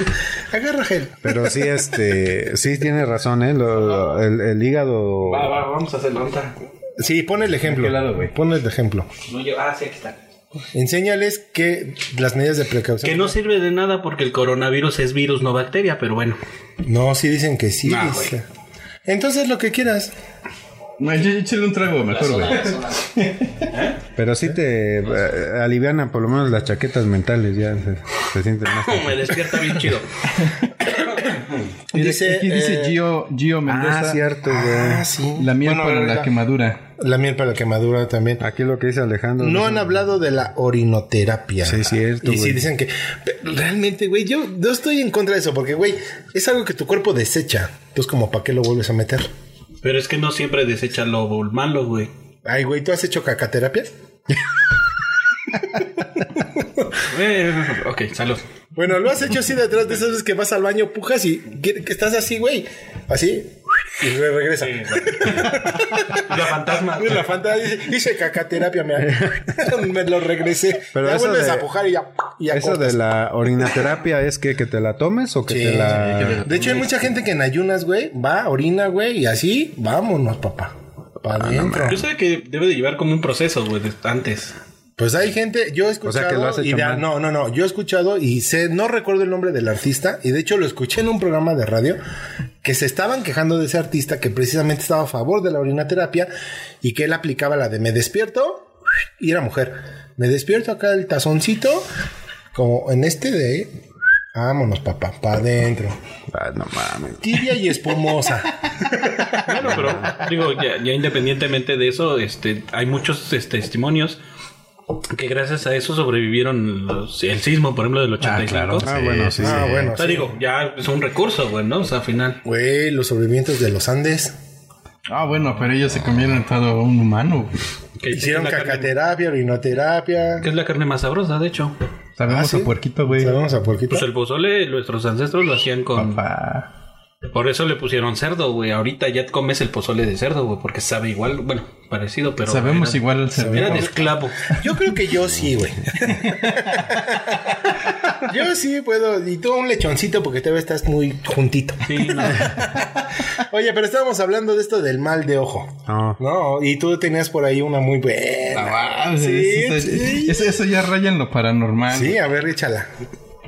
Speaker 2: Agarra gel.
Speaker 4: Pero sí, este... Sí, tiene razón, ¿eh? Lo- lo- el, el hígado...
Speaker 3: Va, va, vamos a hacerlo ahorita.
Speaker 2: Sí, pon el ejemplo.
Speaker 1: qué lado, güey?
Speaker 2: Pon el ejemplo.
Speaker 3: No lleva- ah, sí, aquí está.
Speaker 2: Enséñales que las medidas de precaución.
Speaker 3: Que no sirve de nada porque el coronavirus es virus, no bacteria, pero bueno.
Speaker 2: No, sí dicen que sí.
Speaker 1: Nah,
Speaker 2: dice. Entonces lo que quieras.
Speaker 1: No, yo- yo échale un trago mejor, güey.
Speaker 4: Pero sí te eh, aliviana por lo menos las chaquetas mentales, ya se, se siente más.
Speaker 3: Me despierta bien chido.
Speaker 1: Mira,
Speaker 2: Dice,
Speaker 1: aquí dice
Speaker 2: eh,
Speaker 1: Gio, Gio
Speaker 4: ah,
Speaker 1: Mendoza.
Speaker 4: cierto, güey.
Speaker 2: sí.
Speaker 1: La miel
Speaker 2: Bueno,
Speaker 1: para la
Speaker 2: ahorita-
Speaker 1: quemadura.
Speaker 2: La miel para la quemadura también.
Speaker 4: Aquí lo que dice Alejandro.
Speaker 2: No han
Speaker 4: dice-
Speaker 2: hablado de la orinoterapia.
Speaker 4: Sí, cierto,
Speaker 2: Y sí
Speaker 4: güey.
Speaker 2: dicen que pero realmente, güey, yo no estoy en contra de eso porque, güey, es algo que tu cuerpo desecha. Entonces, como, ¿para qué lo vuelves a meter?
Speaker 3: Pero es que no siempre desecha lo malo, güey.
Speaker 2: Ay, güey, ¿tú has hecho cacaterapia?
Speaker 3: Eh, ok, salud.
Speaker 2: Bueno, lo has hecho así detrás de esas veces que vas al baño, pujas y que, que estás así, güey. Así. Y re- regresa.
Speaker 3: La fantasma.
Speaker 2: La fantasía dice, hice cacaterapia, me, me lo regresé.
Speaker 4: Pero
Speaker 2: ya
Speaker 4: eso
Speaker 2: vuelves
Speaker 4: de-
Speaker 2: a pujar y ya. y ya
Speaker 4: Eso
Speaker 2: cortas.
Speaker 4: de la orinaterapia es que, que te la tomes o que
Speaker 2: Sí,
Speaker 4: te la.
Speaker 2: De hecho, hay mucha gente que en ayunas, güey, va, orina, güey, y así, vámonos, papá.
Speaker 4: Ah,
Speaker 2: Para adentro.
Speaker 3: Yo sé que debe de llevar como un proceso, güey, de- antes.
Speaker 2: pues hay gente, yo he escuchado.
Speaker 4: sea, que lo has hecho
Speaker 2: y de-
Speaker 4: mal.
Speaker 2: No, no, no. Yo he escuchado y sé, no recuerdo el nombre del artista, y de hecho lo escuché en un programa de radio que se estaban quejando de ese artista que precisamente estaba a favor de la orinaterapia y que él aplicaba la de me despierto y era mujer. Me despierto acá el tazoncito, como en este de ahí. Vámonos, papá, para adentro.
Speaker 4: Ah, no mames.
Speaker 2: Tibia y espumosa.
Speaker 3: Bueno, pero digo, ya, ya independientemente de eso, este, hay muchos este, testimonios que gracias a eso sobrevivieron los- el sismo, por ejemplo, del 85.
Speaker 4: Ah, bueno, sí.
Speaker 2: Ah, bueno.
Speaker 3: O sea,
Speaker 2: sí.
Speaker 3: digo, ya es un recurso, güey, ¿no? O sea, al final.
Speaker 2: Güey, los sobrevivientes de los Andes
Speaker 1: Ah, bueno, pero ellos se comieron todo un humano. güey.
Speaker 3: Que
Speaker 2: hicieron
Speaker 3: que es la carne-
Speaker 2: cacaterapia, orinoterapia.
Speaker 3: que es la carne más sabrosa, de hecho.
Speaker 1: Sabemos
Speaker 2: Ah, ¿sí?
Speaker 1: a puerquito, güey.
Speaker 2: Sabemos a puerquito.
Speaker 3: Pues el pozole, nuestros ancestros lo hacían con...
Speaker 1: Papá.
Speaker 3: Por eso le pusieron cerdo, güey. Ahorita ya comes el pozole de cerdo, güey, porque sabe igual, bueno, parecido, pero...
Speaker 1: Sabemos
Speaker 3: era-
Speaker 1: igual el
Speaker 3: Era
Speaker 1: servidor.
Speaker 3: de esclavo.
Speaker 2: Yo creo que yo sí, güey. Yo sí puedo. Y tú un lechoncito porque te ves estás muy juntito.
Speaker 3: Sí, no.
Speaker 2: Oye, pero estábamos hablando de esto del mal de ojo.
Speaker 4: No.
Speaker 2: No, y tú tenías por ahí una muy
Speaker 1: No
Speaker 2: buena.
Speaker 1: mames,
Speaker 2: Ah, Sí,
Speaker 1: eso,
Speaker 2: sí.
Speaker 1: eso- eso ya raya en lo
Speaker 3: Ah,
Speaker 1: paranormal.
Speaker 2: Sí, a ver, échala.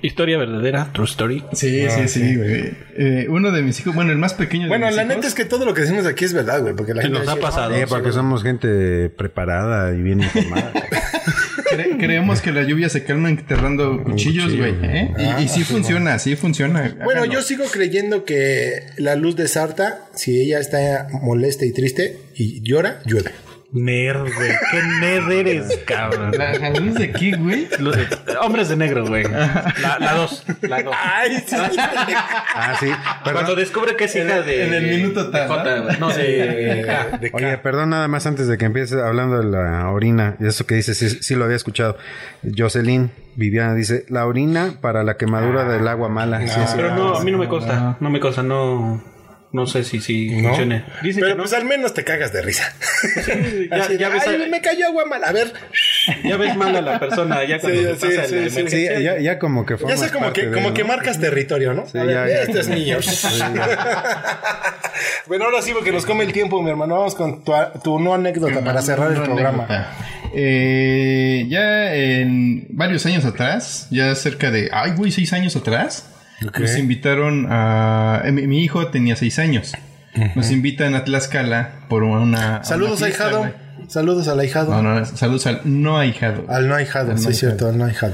Speaker 3: Historia verdadera, true story.
Speaker 1: Sí, sí, Ah, sí, güey. Eh, uno de mis hijos, bueno, el más pequeño de
Speaker 2: Bueno,
Speaker 1: mis
Speaker 2: la
Speaker 1: hijos-
Speaker 2: neta es que todo lo que decimos aquí es verdad, güey. Porque la
Speaker 3: Que
Speaker 2: gente
Speaker 3: nos
Speaker 2: va a
Speaker 3: ha
Speaker 2: decir,
Speaker 3: pasado.
Speaker 4: Eh, porque somos gente preparada y bien informada.
Speaker 1: cre- creemos que la lluvia se calma enterrando cuchillos,
Speaker 4: cuchillo,
Speaker 1: güey. ¿eh? Y- y, sí funciona, sí funciona.
Speaker 2: Ah, Bueno,
Speaker 1: Háganlo.
Speaker 2: yo sigo creyendo que la luz de Sarta, si ella está molesta y triste y llora, llueve.
Speaker 3: Nerd, güey. Qué nerd eres, cabrón.
Speaker 1: ¿La, la luz de qué, güey?
Speaker 3: Los- hombres de negro, güey. La, la dos. La dos.
Speaker 2: Ay, sí.
Speaker 4: Ah, sí. Perdón.
Speaker 3: Cuando descubre que es hija de.
Speaker 1: en el minuto
Speaker 3: de
Speaker 1: tal,
Speaker 3: Jota,
Speaker 1: ¿no?
Speaker 3: güey. No, Eh, de.
Speaker 2: De
Speaker 4: Oye, perdón nada más antes de que empieces hablando de la orina, y eso que dices, sí, sí lo había escuchado. Jocelyn Viviana dice, la orina para la quemadura del agua mala. Sí, sí.
Speaker 3: Pero no, a mí no me consta. No me consta, no. No sé si, si
Speaker 2: ¿No?
Speaker 3: funcione. Dicen
Speaker 2: Pero
Speaker 3: que no.
Speaker 2: pues al menos te cagas de risa.
Speaker 3: ya,
Speaker 2: Así de,
Speaker 3: ya ves, eh,
Speaker 2: Ay, me cayó agua mala. A ver,
Speaker 3: ya ves mal a la persona. Ya cuando
Speaker 2: Sí,
Speaker 3: te
Speaker 2: sí,
Speaker 3: pasa
Speaker 2: sí,
Speaker 3: la
Speaker 2: sí,
Speaker 4: Sí,
Speaker 3: emergencia.
Speaker 4: ya, ya como que
Speaker 2: ya
Speaker 4: formas
Speaker 2: sé como
Speaker 4: parte
Speaker 2: que,
Speaker 4: de,
Speaker 2: como
Speaker 4: ¿no?
Speaker 2: que marcas territorio, ¿no?
Speaker 4: Sí,
Speaker 2: A ver,
Speaker 4: ya, ya.
Speaker 2: Este es mío. bueno, ahora sí, porque nos come el tiempo, mi hermano. Vamos con tu, tu no anécdota para cerrar el
Speaker 1: Una
Speaker 2: programa.
Speaker 1: anécdota. Eh, ya en varios años atrás, ya cerca de, ay, güey, seis años atrás, nos invitaron a. eh, mi, mi hijo tenía seis años. Nos invitan a Tlaxcala por una. a
Speaker 2: Saludos,
Speaker 1: una fiesta,
Speaker 2: ahijado.
Speaker 1: güey.
Speaker 2: Saludos al ahijado.
Speaker 1: No, no, no, saludos al no ahijado.
Speaker 2: Al no ahijado,
Speaker 1: Al
Speaker 2: sí
Speaker 1: no
Speaker 2: es cierto, al no ahijado.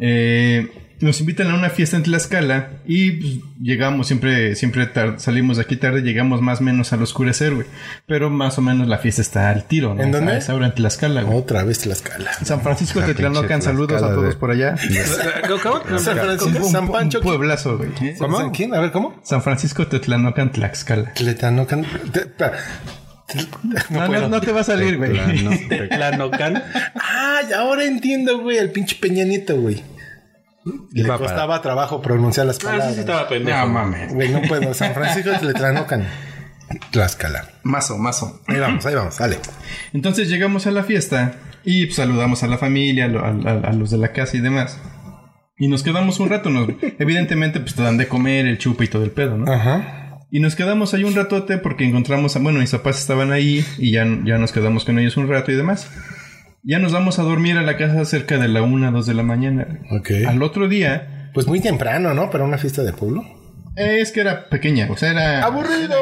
Speaker 1: Eh, nos invitan a una fiesta en Tlaxcala y pues, llegamos siempre, siempre tar- salimos de aquí tarde, llegamos más o menos al oscurecer, güey. Pero más o menos la fiesta está al tiro, ¿no?
Speaker 2: ¿En dónde?
Speaker 1: A esa hora en Tlaxcala, güey.
Speaker 2: Otra vez Tlaxcala.
Speaker 1: San Francisco
Speaker 4: La
Speaker 1: de Tlanocan,
Speaker 4: pinche
Speaker 1: saludos a
Speaker 4: Tlaxcala
Speaker 1: todos
Speaker 4: de-
Speaker 1: por allá.
Speaker 2: San
Speaker 1: Un-
Speaker 2: Francisco,
Speaker 1: un-
Speaker 2: San
Speaker 1: un
Speaker 2: Pancho.
Speaker 1: pueblazo, güey.
Speaker 2: ¿Cómo? ¿Quién? A ver, ¿cómo?
Speaker 1: San Francisco Tetlanocan Tlaxcala.
Speaker 2: Tletanocan. te- pa- tl-
Speaker 1: No, no,
Speaker 2: puedo.
Speaker 1: no te va a salir, güey.
Speaker 4: La- no, te-
Speaker 3: Tlanocan.
Speaker 2: Ay, ahora entiendo, güey, el pinche peñanito, güey. Le
Speaker 4: Iba para-
Speaker 2: costaba trabajo pronunciar las
Speaker 3: Ah, sí,
Speaker 2: palabras.
Speaker 3: sí estaba pendejo.
Speaker 1: No mames.
Speaker 2: Güey, no puedo. San Francisco de Tletlanocan. Tlaxcala.
Speaker 1: Mazo, mazo.
Speaker 2: Ahí vamos, ahí vamos, dale.
Speaker 1: Entonces llegamos a la fiesta y pues, saludamos a la familia, a, lo- a- a- a los de la casa y demás. Y nos quedamos un rato. nos- evidentemente, pues te dan de comer, el chupe y todo el pedo,
Speaker 2: Ah.
Speaker 1: ¿no?
Speaker 2: Ajá.
Speaker 1: Y nos quedamos ahí un ratote porque encontramos a. Bueno, mis papás estaban ahí y ya, ya nos quedamos con ellos un rato y demás. Ya nos vamos a dormir a la casa cerca de la una, dos de la mañana.
Speaker 2: Ok.
Speaker 1: Al otro día,
Speaker 2: Pues muy temprano, ¿no? Para una fiesta de pueblo.
Speaker 1: Eh, Es que era pequeña, o sea, era...
Speaker 2: ¡Aburrido!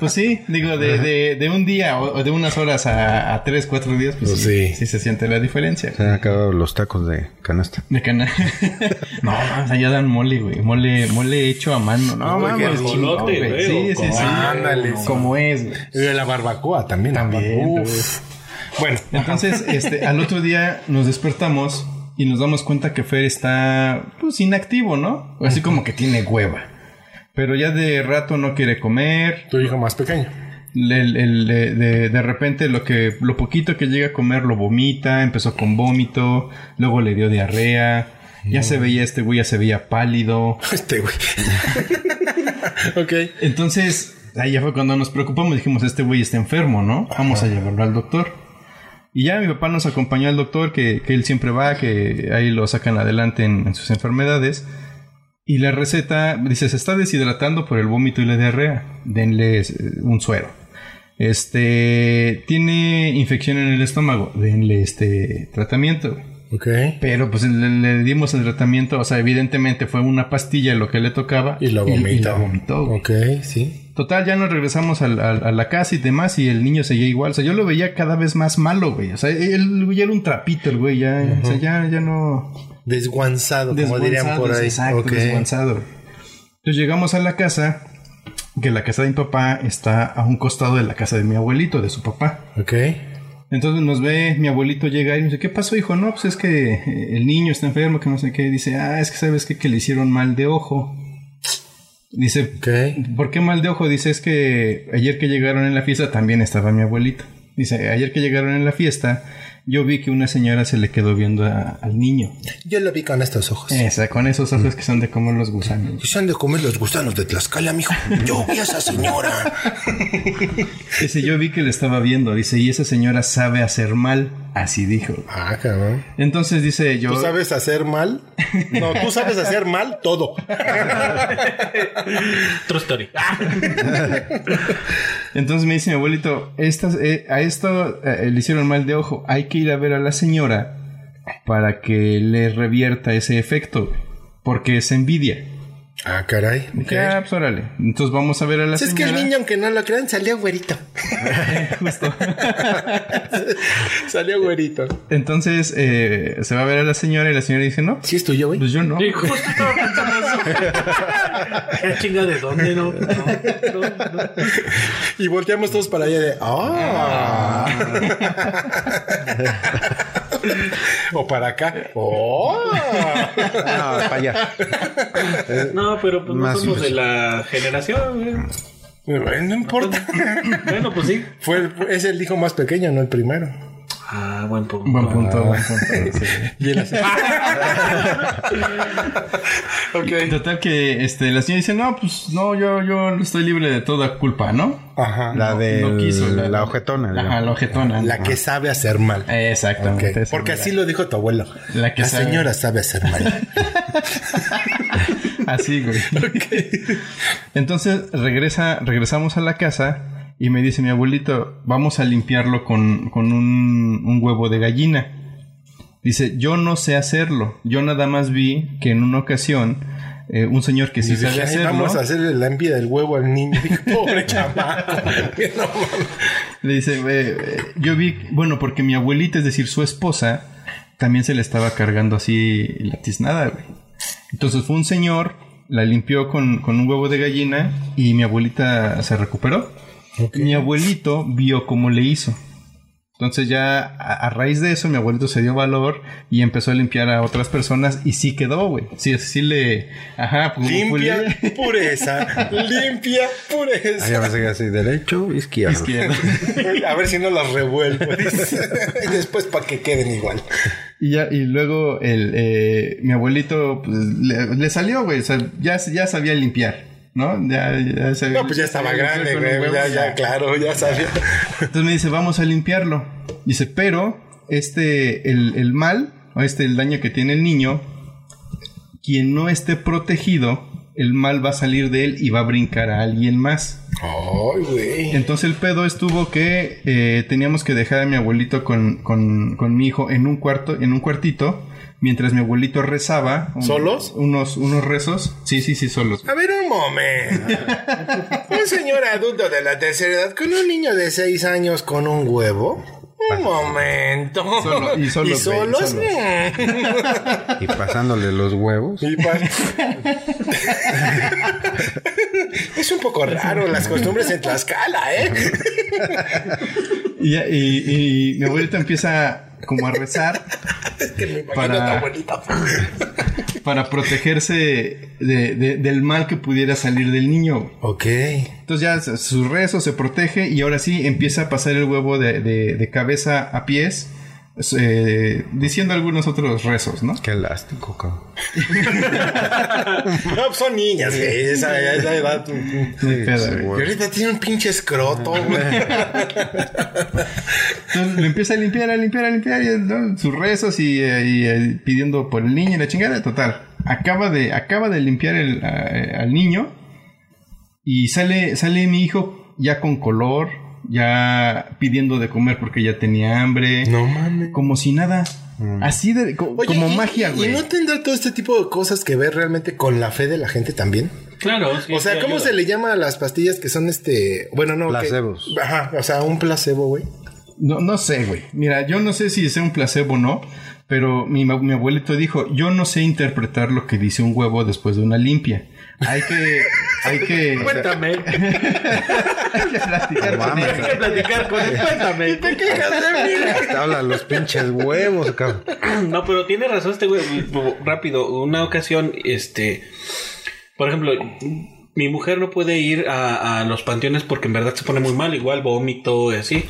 Speaker 1: Pues sí, digo, de, de, de un día o o de unas horas a, a tres, cuatro días, pues,
Speaker 2: Pues
Speaker 1: sí,
Speaker 2: sí.
Speaker 1: sí se siente la diferencia.
Speaker 4: Se han acabado los tacos de canasta.
Speaker 1: De cana. no, mames, allá dan mole, güey. Mole, mole hecho a mano. No,
Speaker 3: Uy, qué
Speaker 1: mames, chingón,
Speaker 3: ajolote,
Speaker 1: güey.
Speaker 3: güey,
Speaker 1: Sí,
Speaker 3: o
Speaker 1: sí, sí.
Speaker 3: como-
Speaker 2: Ándale,
Speaker 1: Como es, güey.
Speaker 2: Y de la barbacoa también.
Speaker 1: También,
Speaker 2: Uf. Bueno,
Speaker 1: Entonces, este, al otro día nos despertamos y nos damos cuenta que Fer está, pues, inactivo, ¿no? Así como que tiene hueva. Pero ya de rato no quiere comer,
Speaker 2: tu hijo más pequeño.
Speaker 1: El- el- eh, de, de repente lo que lo poquito que llega a comer lo vomita, empezó con vómito, luego le dio diarrea, ya se veía este güey, ya se veía pálido.
Speaker 2: Este güey. ok.
Speaker 1: Entonces, ahí ya fue cuando nos preocupamos, dijimos, este güey está enfermo, ¿no? Vamos a llevarlo al doctor. Y ya mi papá nos acompañó al doctor, que, que él siempre va, que ahí lo sacan adelante en, en sus enfermedades. Y la receta dice, se está deshidratando por el vómito y la diarrea. Denle eh, un suero. Este, tiene infección en el estómago. Denle este tratamiento.
Speaker 2: Ok.
Speaker 1: Pero pues le, le dimos el tratamiento, o sea, evidentemente fue una pastilla lo que le tocaba.
Speaker 2: Y lo
Speaker 1: y
Speaker 2: vomita.
Speaker 1: la vomitó. güey.
Speaker 2: Ok, sí.
Speaker 1: Total, ya nos regresamos al- al- a la casa y demás y el niño seguía igual. O sea, yo lo veía cada vez más malo, güey. O sea, él güey, ya era un trapito, el güey. Ya, O sea, ya, ya no...
Speaker 2: Desguanzado, como dirían
Speaker 1: Desguanzado,
Speaker 2: por ahí.
Speaker 1: Exacto,
Speaker 2: Ok.
Speaker 1: desguanzado. Entonces llegamos a la casa, que la casa de mi papá está a un costado de la casa de mi abuelito, de su papá.
Speaker 2: Ok.
Speaker 1: Entonces nos ve, mi abuelito llega y dice, ¿qué pasó, hijo? No, pues es que eh, el niño está enfermo, que no sé qué. Dice, ah, es que sabes qué? que le hicieron mal de ojo. Dice,
Speaker 2: Ok.
Speaker 1: ¿Por qué mal de ojo? Dice, es que ayer que llegaron en la fiesta también estaba mi abuelita. Dice, ayer que llegaron en la fiesta, yo vi que una señora se le quedó viendo a- al niño.
Speaker 2: Yo lo vi con estos ojos.
Speaker 1: Esa, con esos ojos que son de como los gusanos.
Speaker 2: Pues han de comer los gusanos de Tlaxcala, mijo. Yo vi a esa señora.
Speaker 1: Dice, yo vi que le estaba viendo. Dice, y esa señora sabe hacer mal. Así dijo.
Speaker 2: Ah, cabrón.
Speaker 1: Entonces dice yo.
Speaker 2: ¿Tú sabes hacer mal? No, tú sabes hacer mal todo.
Speaker 3: True story.
Speaker 1: Entonces me dice mi abuelito, estas, eh, a esto eh, le hicieron mal de ojo. Hay que ir a ver a la señora para que le revierta ese efecto. Porque es envidia.
Speaker 2: Ah, caray.
Speaker 1: Dije, ah, pues órale. Entonces vamos a ver a la
Speaker 2: Si es que
Speaker 1: señora.
Speaker 2: el niño, aunque no lo crean, salió güerito.
Speaker 1: Justo.
Speaker 2: salió güerito.
Speaker 1: Entonces eh, se va a ver a la señora y la señora dice, no,
Speaker 2: Sí, es tuyo, güey.
Speaker 1: pues yo no.
Speaker 3: Y justo estaba pensando eso. ¿Qué chinga de dónde? No, no, no, no.
Speaker 2: Y volteamos todos para allá de. ¡Ah! o para acá. ¡Oh!
Speaker 4: No, para allá.
Speaker 3: No, pero pues no
Speaker 4: Más
Speaker 3: somos de
Speaker 4: impresión.
Speaker 3: la generación. güey.
Speaker 2: Bueno, Pues, no importa.
Speaker 3: Bueno, pues sí.
Speaker 2: Fue, es el hijo más pequeño, no el primero.
Speaker 3: Ah, buen punto.
Speaker 1: Buen punto, buen punto. sí.
Speaker 2: Y el ok.
Speaker 1: Total que este, la señora dice, no, pues no, yo, yo estoy libre de toda culpa, ¿no?
Speaker 2: Ajá. La,
Speaker 4: La
Speaker 1: No,
Speaker 4: de
Speaker 1: no quiso, la-
Speaker 4: la ojetona.
Speaker 1: Ajá,
Speaker 4: digamos.
Speaker 1: la ojetona.
Speaker 2: que sabe hacer mal. Ok.
Speaker 1: Exactamente. esa
Speaker 2: Porque
Speaker 1: mera.
Speaker 2: así lo dijo tu abuelo.
Speaker 1: La que sabe.
Speaker 2: señora sabe hacer mal.
Speaker 1: Así, güey. Entonces regresa, regresamos a la casa y me dice mi abuelito, vamos a limpiarlo con, con un, un huevo de gallina. Dice, yo no sé hacerlo. Yo nada más vi que en una ocasión eh, un señor que sí
Speaker 2: Y dije,
Speaker 1: sabe
Speaker 2: "Ay,
Speaker 1: hacerlo
Speaker 2: vamos a hacerle la envidia del huevo al niño. Dije, Pobre chamaco. No mames.
Speaker 1: le dice, "Eh, eh, yo vi, bueno, porque mi abuelita, es decir, su esposa, también se le estaba cargando así la tiznada, güey. Entonces fue un señor, la limpió con, con un huevo de gallina y mi abuelita se recuperó. Mi abuelito vio cómo le hizo. Entonces ya a, a raíz de eso mi abuelito se dio valor y empezó a limpiar a otras personas y sí quedó, güey. Sí, sí le... Ajá, pues, como fue
Speaker 2: Limpia
Speaker 1: libre.
Speaker 2: pureza. Limpia
Speaker 4: Ah, ya
Speaker 2: pureza.
Speaker 4: pensé que así, derecho, izquierdo.
Speaker 1: Izquierda.
Speaker 2: A ver si no las revuelvo. dice. Y después para que queden igual.
Speaker 1: Y, ya- y luego el, eh, mi abuelito pues, le, le salió, güey. O sea, ya, ya sabía limpiar, ¿no? Ya, ya sabía-
Speaker 2: No, pues ya estaba
Speaker 1: sabía
Speaker 2: grande,
Speaker 1: limpiar con
Speaker 2: güey.
Speaker 1: los
Speaker 2: Ya,
Speaker 1: huevos,
Speaker 2: ya, claro, ya sabía.
Speaker 1: Entonces me dice, vamos a limpiarlo. Dice, pero este, el, el mal, o este, el daño que tiene el niño, quien no esté protegido, el mal va a salir de él y va a brincar a alguien más.
Speaker 2: Ay, güey.
Speaker 1: Entonces el pedo estuvo que eh, teníamos que dejar a mi abuelito con, con- con mi hijo en un cuarto, en un cuartito, mientras mi abuelito rezaba. un-
Speaker 2: ¿Solos?
Speaker 1: Unos, unos rezos. Sí, sí, sí, solos.
Speaker 2: A ver un momento. Un señor adulto de la tercera edad con un niño de seis años con un huevo. Un momento.
Speaker 1: Solo- y solos,
Speaker 2: ¿Y
Speaker 1: güey,
Speaker 2: solos?
Speaker 1: solos.
Speaker 2: Mm.
Speaker 4: Y pasándole los huevos.
Speaker 2: Y pa- es un poco raro las costumbres en Tlaxcala, ¿eh?
Speaker 1: Y, ya- y- y mi abuelito empieza como a rezar
Speaker 2: que me imagino
Speaker 1: Para-
Speaker 2: a tu abuelita.
Speaker 1: para protegerse de- de- del mal que pudiera salir del niño.
Speaker 2: Ok.
Speaker 1: Entonces ya se- su rezo se protege y ahora sí empieza a pasar el huevo de, de- de cabeza a pies, eh, diciendo algunos otros rezos, ¿no?
Speaker 4: Qué elástico, cabrón.
Speaker 2: No, pues son niñas, güey. Esa, esa edad.
Speaker 1: No hay pedo,
Speaker 4: sí,
Speaker 1: güey.
Speaker 4: güey.
Speaker 2: Y ahorita tiene un pinche escroto, güey.
Speaker 1: Entonces lo empieza a limpiar, a limpiar, a limpiar y, ¿no? sus rezos y, eh, y, eh, pidiendo por el niño y la chingada. Total, acaba de, acaba de limpiar el, a- eh, al niño y sale, sale mi hijo ya con color, ya pidiendo de comer porque ya tenía hambre.
Speaker 2: mames.
Speaker 1: Como si nada. Así de, co-
Speaker 2: Oye,
Speaker 1: como
Speaker 2: ¿y-
Speaker 1: magia,
Speaker 2: y-
Speaker 1: güey.
Speaker 2: ¿Y no tendrá todo este tipo de cosas que ver realmente con la fe de la gente también?
Speaker 3: Claro. sí,
Speaker 2: O sea,
Speaker 3: sí
Speaker 2: ¿cómo
Speaker 3: ayuda.
Speaker 2: se le llama a las pastillas que son este. Bueno, no. que-
Speaker 4: Placebos.
Speaker 2: Ajá, o sea, un placebo, güey.
Speaker 1: No, no sé, güey. Mira, yo no sé si sea un placebo o no, pero mi, ma- mi abuelito dijo, yo no sé interpretar lo que dice un huevo después de una limpia. Hay que, hay que,
Speaker 3: Cuéntame.
Speaker 1: hay que platicar
Speaker 4: No
Speaker 1: con
Speaker 4: mames.
Speaker 1: él.
Speaker 3: Hay que platicar con él. Cuéntame.
Speaker 4: Te hablan los pinches huevos, cabrón.
Speaker 3: No, pero tiene razón este güey. Rápido, una ocasión, este. Por ejemplo, mi mujer no puede ir a, a los panteones porque en verdad se pone muy mal, igual vómito y así.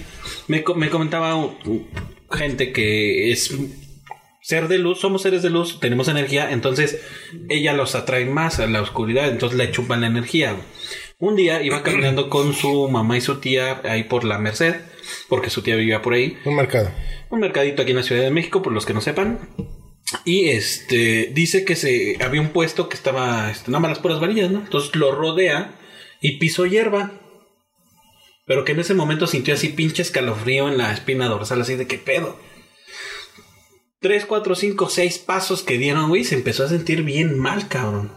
Speaker 3: Me, co- me comentaba uh, gente que es ser de luz, somos seres de luz, tenemos energía, entonces ella los atrae más a la oscuridad, entonces le chupan la energía. güey. Un día iba caminando con su mamá y su tía ahí por la Merced porque su tía vivía por ahí.
Speaker 2: Un mercado.
Speaker 3: Un mercadito aquí en la Ciudad de México, por los que no sepan. Y este dice que se había un puesto que estaba este, nada más las puras varillas, ¿no? Entonces lo rodea y pisó hierba. Pero que en ese momento sintió así pinche escalofrío en la espina dorsal, así de qué pedo. Tres, cuatro, cinco, seis pasos que dieron, güey, se empezó a sentir bien mal, cabrón.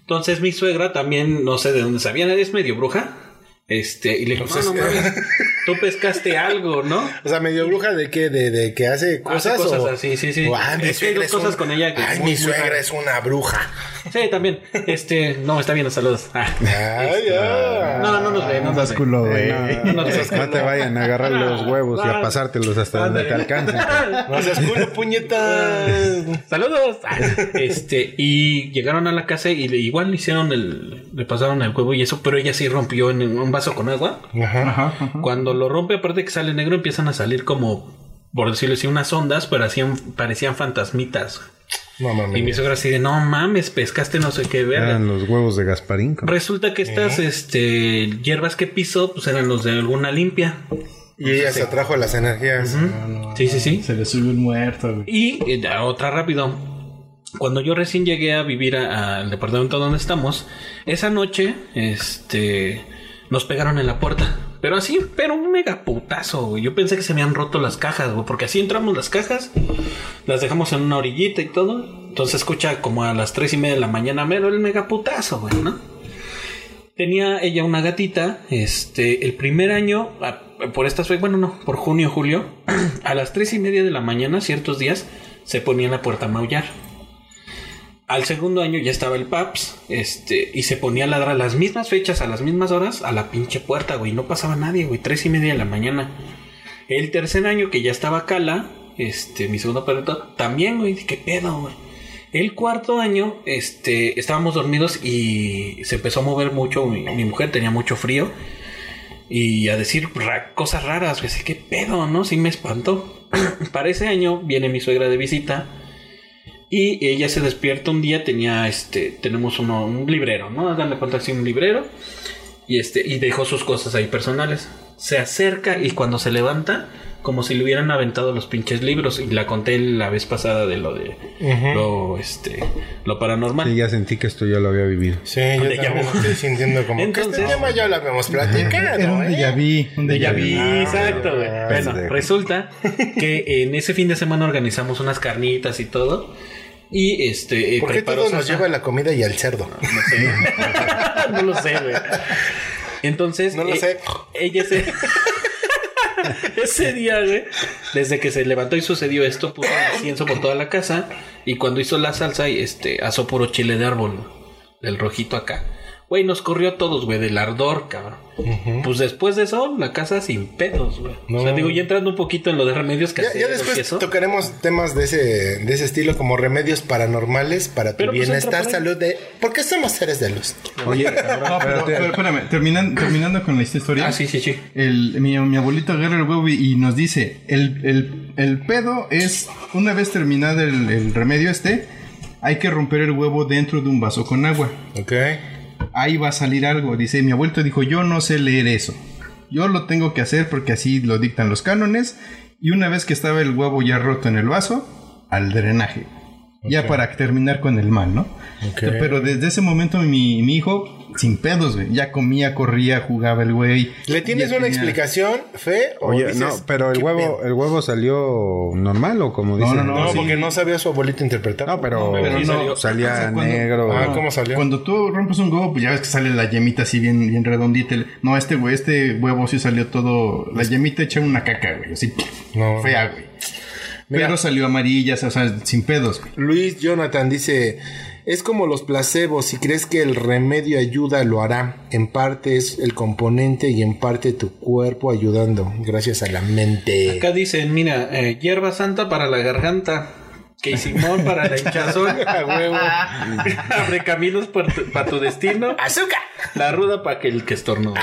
Speaker 3: Entonces mi suegra también, no sé de dónde sabía, es medio bruja. Este, y le dijo,
Speaker 2: Pues
Speaker 3: "No,
Speaker 2: es-
Speaker 3: no mames, tú pescaste algo, ¿no?
Speaker 2: O sea, medio bruja de que, de, de que hace cosas.
Speaker 3: cosas
Speaker 2: o-
Speaker 3: así, sí, sí.
Speaker 2: o, ah, mi
Speaker 3: Es que hay
Speaker 2: suegra
Speaker 3: dos cosas
Speaker 2: un-
Speaker 3: con ella que
Speaker 2: Ay,
Speaker 3: muy-
Speaker 2: mi
Speaker 3: muy
Speaker 2: suegra
Speaker 3: raras.
Speaker 2: es una bruja.
Speaker 3: Sí, también. Este, no, está bien, saludos. Ah.
Speaker 2: Ay, ah.
Speaker 3: No, no nos ve, no nos ve.
Speaker 4: culo, güey.
Speaker 3: no, no seas
Speaker 4: No te
Speaker 3: culo.
Speaker 4: vayan a agarrar los huevos y a
Speaker 3: Ah,
Speaker 4: pasártelos hasta donde te
Speaker 3: ándale.
Speaker 4: alcancen.
Speaker 2: No seas culo, puñetas.
Speaker 3: Saludos. Ah, Este, y llegaron a la casa y le, igual le hicieron el, le pasaron el huevo y eso, pero ella sí rompió en un vaso con agua.
Speaker 2: Ajá.
Speaker 1: Ajá, ajá.
Speaker 3: Cuando lo rompe, aparte que sale negro, empiezan a salir como, por decirlo así, unas ondas, pero hacían, parecían fantasmitas.
Speaker 2: No
Speaker 3: Y mi
Speaker 2: mames.
Speaker 3: suegra así de, no mames, pescaste no sé qué verga.
Speaker 4: Eran los huevos de Gasparín. cabrón.
Speaker 3: Resulta que estas este, hierbas que pisó, pues eran los de alguna limpia.
Speaker 2: Y ella se atrajo las energías.
Speaker 3: Sí, sí, sí.
Speaker 1: Se le sube un muerto, güey.
Speaker 3: Y eh, la otra rápido. Cuando yo recién llegué a vivir a- al departamento donde estamos, esa noche, este, nos pegaron en la puerta. Pero así, pero un mega putazo, güey. Yo pensé que se me han roto las cajas, güey, porque así entramos las cajas, las dejamos en una orillita y todo. Entonces escucha como a las tres y media de la mañana, mero el mega putazo, güey, ¿no? Tenía ella una gatita, este, el primer año, a- por estas fechas, bueno, no, por junio, julio, a las tres y media de la mañana, ciertos días, se ponía en la puerta a maullar. Al segundo año ya estaba el PAPS, este, y se ponía a ladrar a las mismas fechas, a las mismas horas, a la pinche puerta, güey, no pasaba nadie, güey, tres y media de la mañana. El tercer año que ya estaba Cala, este, mi segundo perrito, también, güey, qué pedo, güey. El cuarto año, este, estábamos dormidos y se empezó a mover mucho. Mi, mi mujer tenía mucho frío y a decir ra- cosas raras. Güey, así, qué pedo, ¿no? Sí me espantó. Para ese año viene mi suegra de visita y ella se despierta un día. Tenía, este, tenemos uno, un librero, ¿no? Hagan de cuenta así un librero y este y dejó sus cosas ahí personales. Se acerca y cuando se levanta como si le hubieran aventado los pinches libros y la conté la vez pasada de lo de
Speaker 2: Ujú.
Speaker 3: lo este lo paranormal.
Speaker 4: Sí, ya sentí que esto ya lo había vivido.
Speaker 2: Sí, yo
Speaker 3: Déjà
Speaker 2: también
Speaker 3: vu.
Speaker 2: estoy sintiendo como que
Speaker 3: Entonces-
Speaker 2: este tema ya lo habíamos platicado.
Speaker 1: Era un
Speaker 2: ¿eh?
Speaker 1: déjà vu, un déjà
Speaker 3: Ya
Speaker 1: vu.
Speaker 3: vi,
Speaker 2: Ah,
Speaker 3: exacto, güey.
Speaker 2: ah,
Speaker 3: Bueno,
Speaker 4: pendejo.
Speaker 3: resulta que en ese fin de semana organizamos unas carnitas y todo. Y este. eh,
Speaker 2: ¿Por qué
Speaker 3: preparó
Speaker 2: todo nos
Speaker 3: salsa.
Speaker 2: lleva a la comida y al cerdo?
Speaker 3: No sé. no lo sé, güey. Entonces.
Speaker 2: No lo
Speaker 3: eh,
Speaker 2: sé.
Speaker 3: Ella se. Ese día, güey, desde que se levantó y sucedió esto, puso el incienso por toda la casa. Y cuando hizo la salsa, este, asó puro chile de árbol, del rojito acá. Güey, nos corrió a todos, güey, del ardor, cabrón. Pues después de eso, la casa sin pedos, güey. O sea, digo, ya entrando un poquito en lo de remedios
Speaker 2: Ya, ya
Speaker 3: caseros y
Speaker 2: después
Speaker 3: eso.
Speaker 2: tocaremos temas de ese, de ese estilo como remedios paranormales para tu
Speaker 3: Pero, pues,
Speaker 2: bienestar,
Speaker 3: entra por ahí.
Speaker 2: salud de... ¿Por qué somos seres de luz?
Speaker 4: Oye,
Speaker 1: No, pero, pero espérame, terminan- terminando con la historia.
Speaker 3: Ah, sí, sí, sí.
Speaker 1: El, mi, mi abuelito agarra el huevo y, y nos dice, el, el- el pedo es, una vez terminado el, el remedio este, hay que romper el huevo dentro de un vaso con agua.
Speaker 2: Ok.
Speaker 1: Ahí va a salir algo. Dice, mi abuelito dijo, yo no sé leer eso. Yo lo tengo que hacer porque así lo dictan los cánones. Y una vez que estaba el huevo ya roto en el vaso, al drenaje. Ya para terminar con el mal, ¿no?
Speaker 2: Ok.
Speaker 1: Pero desde ese momento mi, mi hijo, sin pedos, güey, ya comía, corría, jugaba el güey.
Speaker 2: ¿Le tienes
Speaker 1: Ya
Speaker 2: una
Speaker 1: tenía-
Speaker 2: explicación, Fe? o
Speaker 4: Oye,
Speaker 2: dices,
Speaker 4: no, pero el
Speaker 2: ¿qué
Speaker 4: huevo,
Speaker 2: pedo?
Speaker 4: el huevo salió normal o como dicen.
Speaker 1: no,
Speaker 2: No,
Speaker 1: sí.
Speaker 2: porque no sabía su abuelito interpretar.
Speaker 4: No, pero,
Speaker 1: Pero
Speaker 3: no.
Speaker 4: salió- salía
Speaker 1: O sea, cuando-
Speaker 4: negro.
Speaker 2: Ah, ¿cómo salió?
Speaker 1: Cuando tú rompes un huevo, pues ya ves que sale la yemita así bien, bien redondita. El- No, este güey, este huevo sí salió todo. La yemita echa una caca, güey. Así
Speaker 2: No.
Speaker 1: fea, güey.
Speaker 2: Mira.
Speaker 1: Pero salió amarilla, o sea, sin pedos. güey.
Speaker 2: Luis Jonathan dice, es como los placebos, si crees que el remedio ayuda, lo hará. En parte es el componente y en parte tu cuerpo ayudando, gracias a la mente.
Speaker 3: eh, Acá dicen, mira, eh, hierba santa para la garganta. Que Simón para la hinchazón, a huevo. Abre caminos para tu, pa tu destino.
Speaker 5: ¡Azúcar!
Speaker 3: La ruda para que el que estornuda.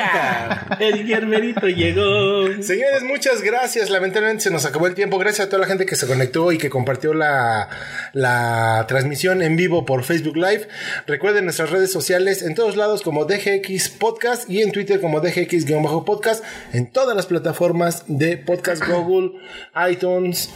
Speaker 5: ¡Azúcar!
Speaker 3: El hierberito llegó.
Speaker 2: Señores, muchas gracias. Lamentablemente se nos acabó el tiempo. Gracias a toda la gente que se conectó y que compartió la, la transmisión en vivo por Facebook Live. Recuerden nuestras redes sociales en todos lados como DGX Podcast y en Twitter como DGX-podcast en todas las plataformas de podcast Google, iTunes,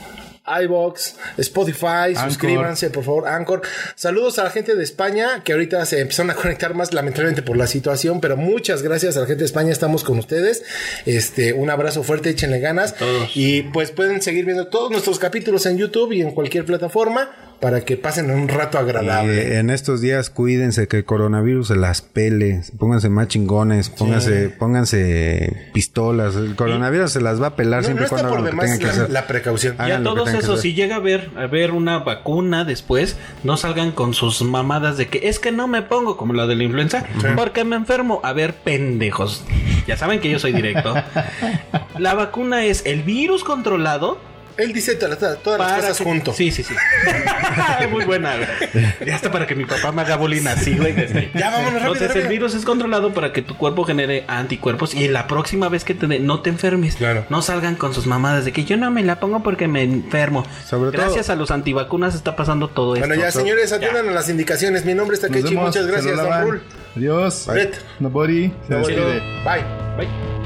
Speaker 2: iBox, Spotify, suscríbanse por favor, Anchor. Saludos a la gente de España que ahorita se empezaron a conectar más lamentablemente por la situación, pero muchas gracias a la gente de España, estamos con ustedes. Este, un abrazo fuerte, échenle ganas y pues pueden seguir viendo todos nuestros capítulos en YouTube y en cualquier plataforma para que pasen un rato agradable.
Speaker 4: Eh, en estos días cuídense que el coronavirus se las pele, pónganse más chingones, pónganse, pónganse pistolas, el coronavirus se las va a pelar
Speaker 2: No, no
Speaker 4: siempre y
Speaker 2: está
Speaker 4: cuando
Speaker 2: por
Speaker 4: hagan lo que tengan
Speaker 2: demás
Speaker 4: que
Speaker 2: la,
Speaker 4: hacer.
Speaker 2: la precaución.
Speaker 4: Ah,
Speaker 3: Y a
Speaker 4: Hagan lo que
Speaker 3: todos
Speaker 4: tengan que
Speaker 3: esos,
Speaker 4: hacer.
Speaker 3: si llega a ver, a ver una vacuna después, no salgan con sus mamadas de que es que no me pongo como la de la influenza porque me enfermo. A ver, pendejos. Ya saben que yo soy directo. la vacuna es el virus controlado
Speaker 2: Él dice todas las- todas las cosas
Speaker 3: que-
Speaker 2: junto.
Speaker 3: Sí, sí, sí. Muy buena, güey. Ya hasta para que mi papá me haga bolina así, güey. desde-
Speaker 2: Ya, vámonos rápido,
Speaker 3: Entonces, el
Speaker 2: rápido.
Speaker 3: virus es controlado para que tu cuerpo genere anticuerpos y la próxima vez que te dé, no te enfermes.
Speaker 2: Claro.
Speaker 3: No salgan con sus mamadas de que yo no me la pongo porque me enfermo.
Speaker 4: Sobre todo-
Speaker 3: Gracias a los antivacunas está pasando todo esto.
Speaker 2: Bueno, ya señores,
Speaker 3: Ya.
Speaker 2: atiendan a las indicaciones. Mi nombre es
Speaker 1: Nos
Speaker 2: Takechi,
Speaker 1: vemos,
Speaker 2: muchas
Speaker 1: se lo
Speaker 2: gracias, Don
Speaker 1: lavan.
Speaker 2: Rul.
Speaker 1: Adiós.
Speaker 2: Bye.
Speaker 1: Nobody. Se
Speaker 2: Nos
Speaker 1: despide.
Speaker 2: vemos. Bye.
Speaker 3: Bye.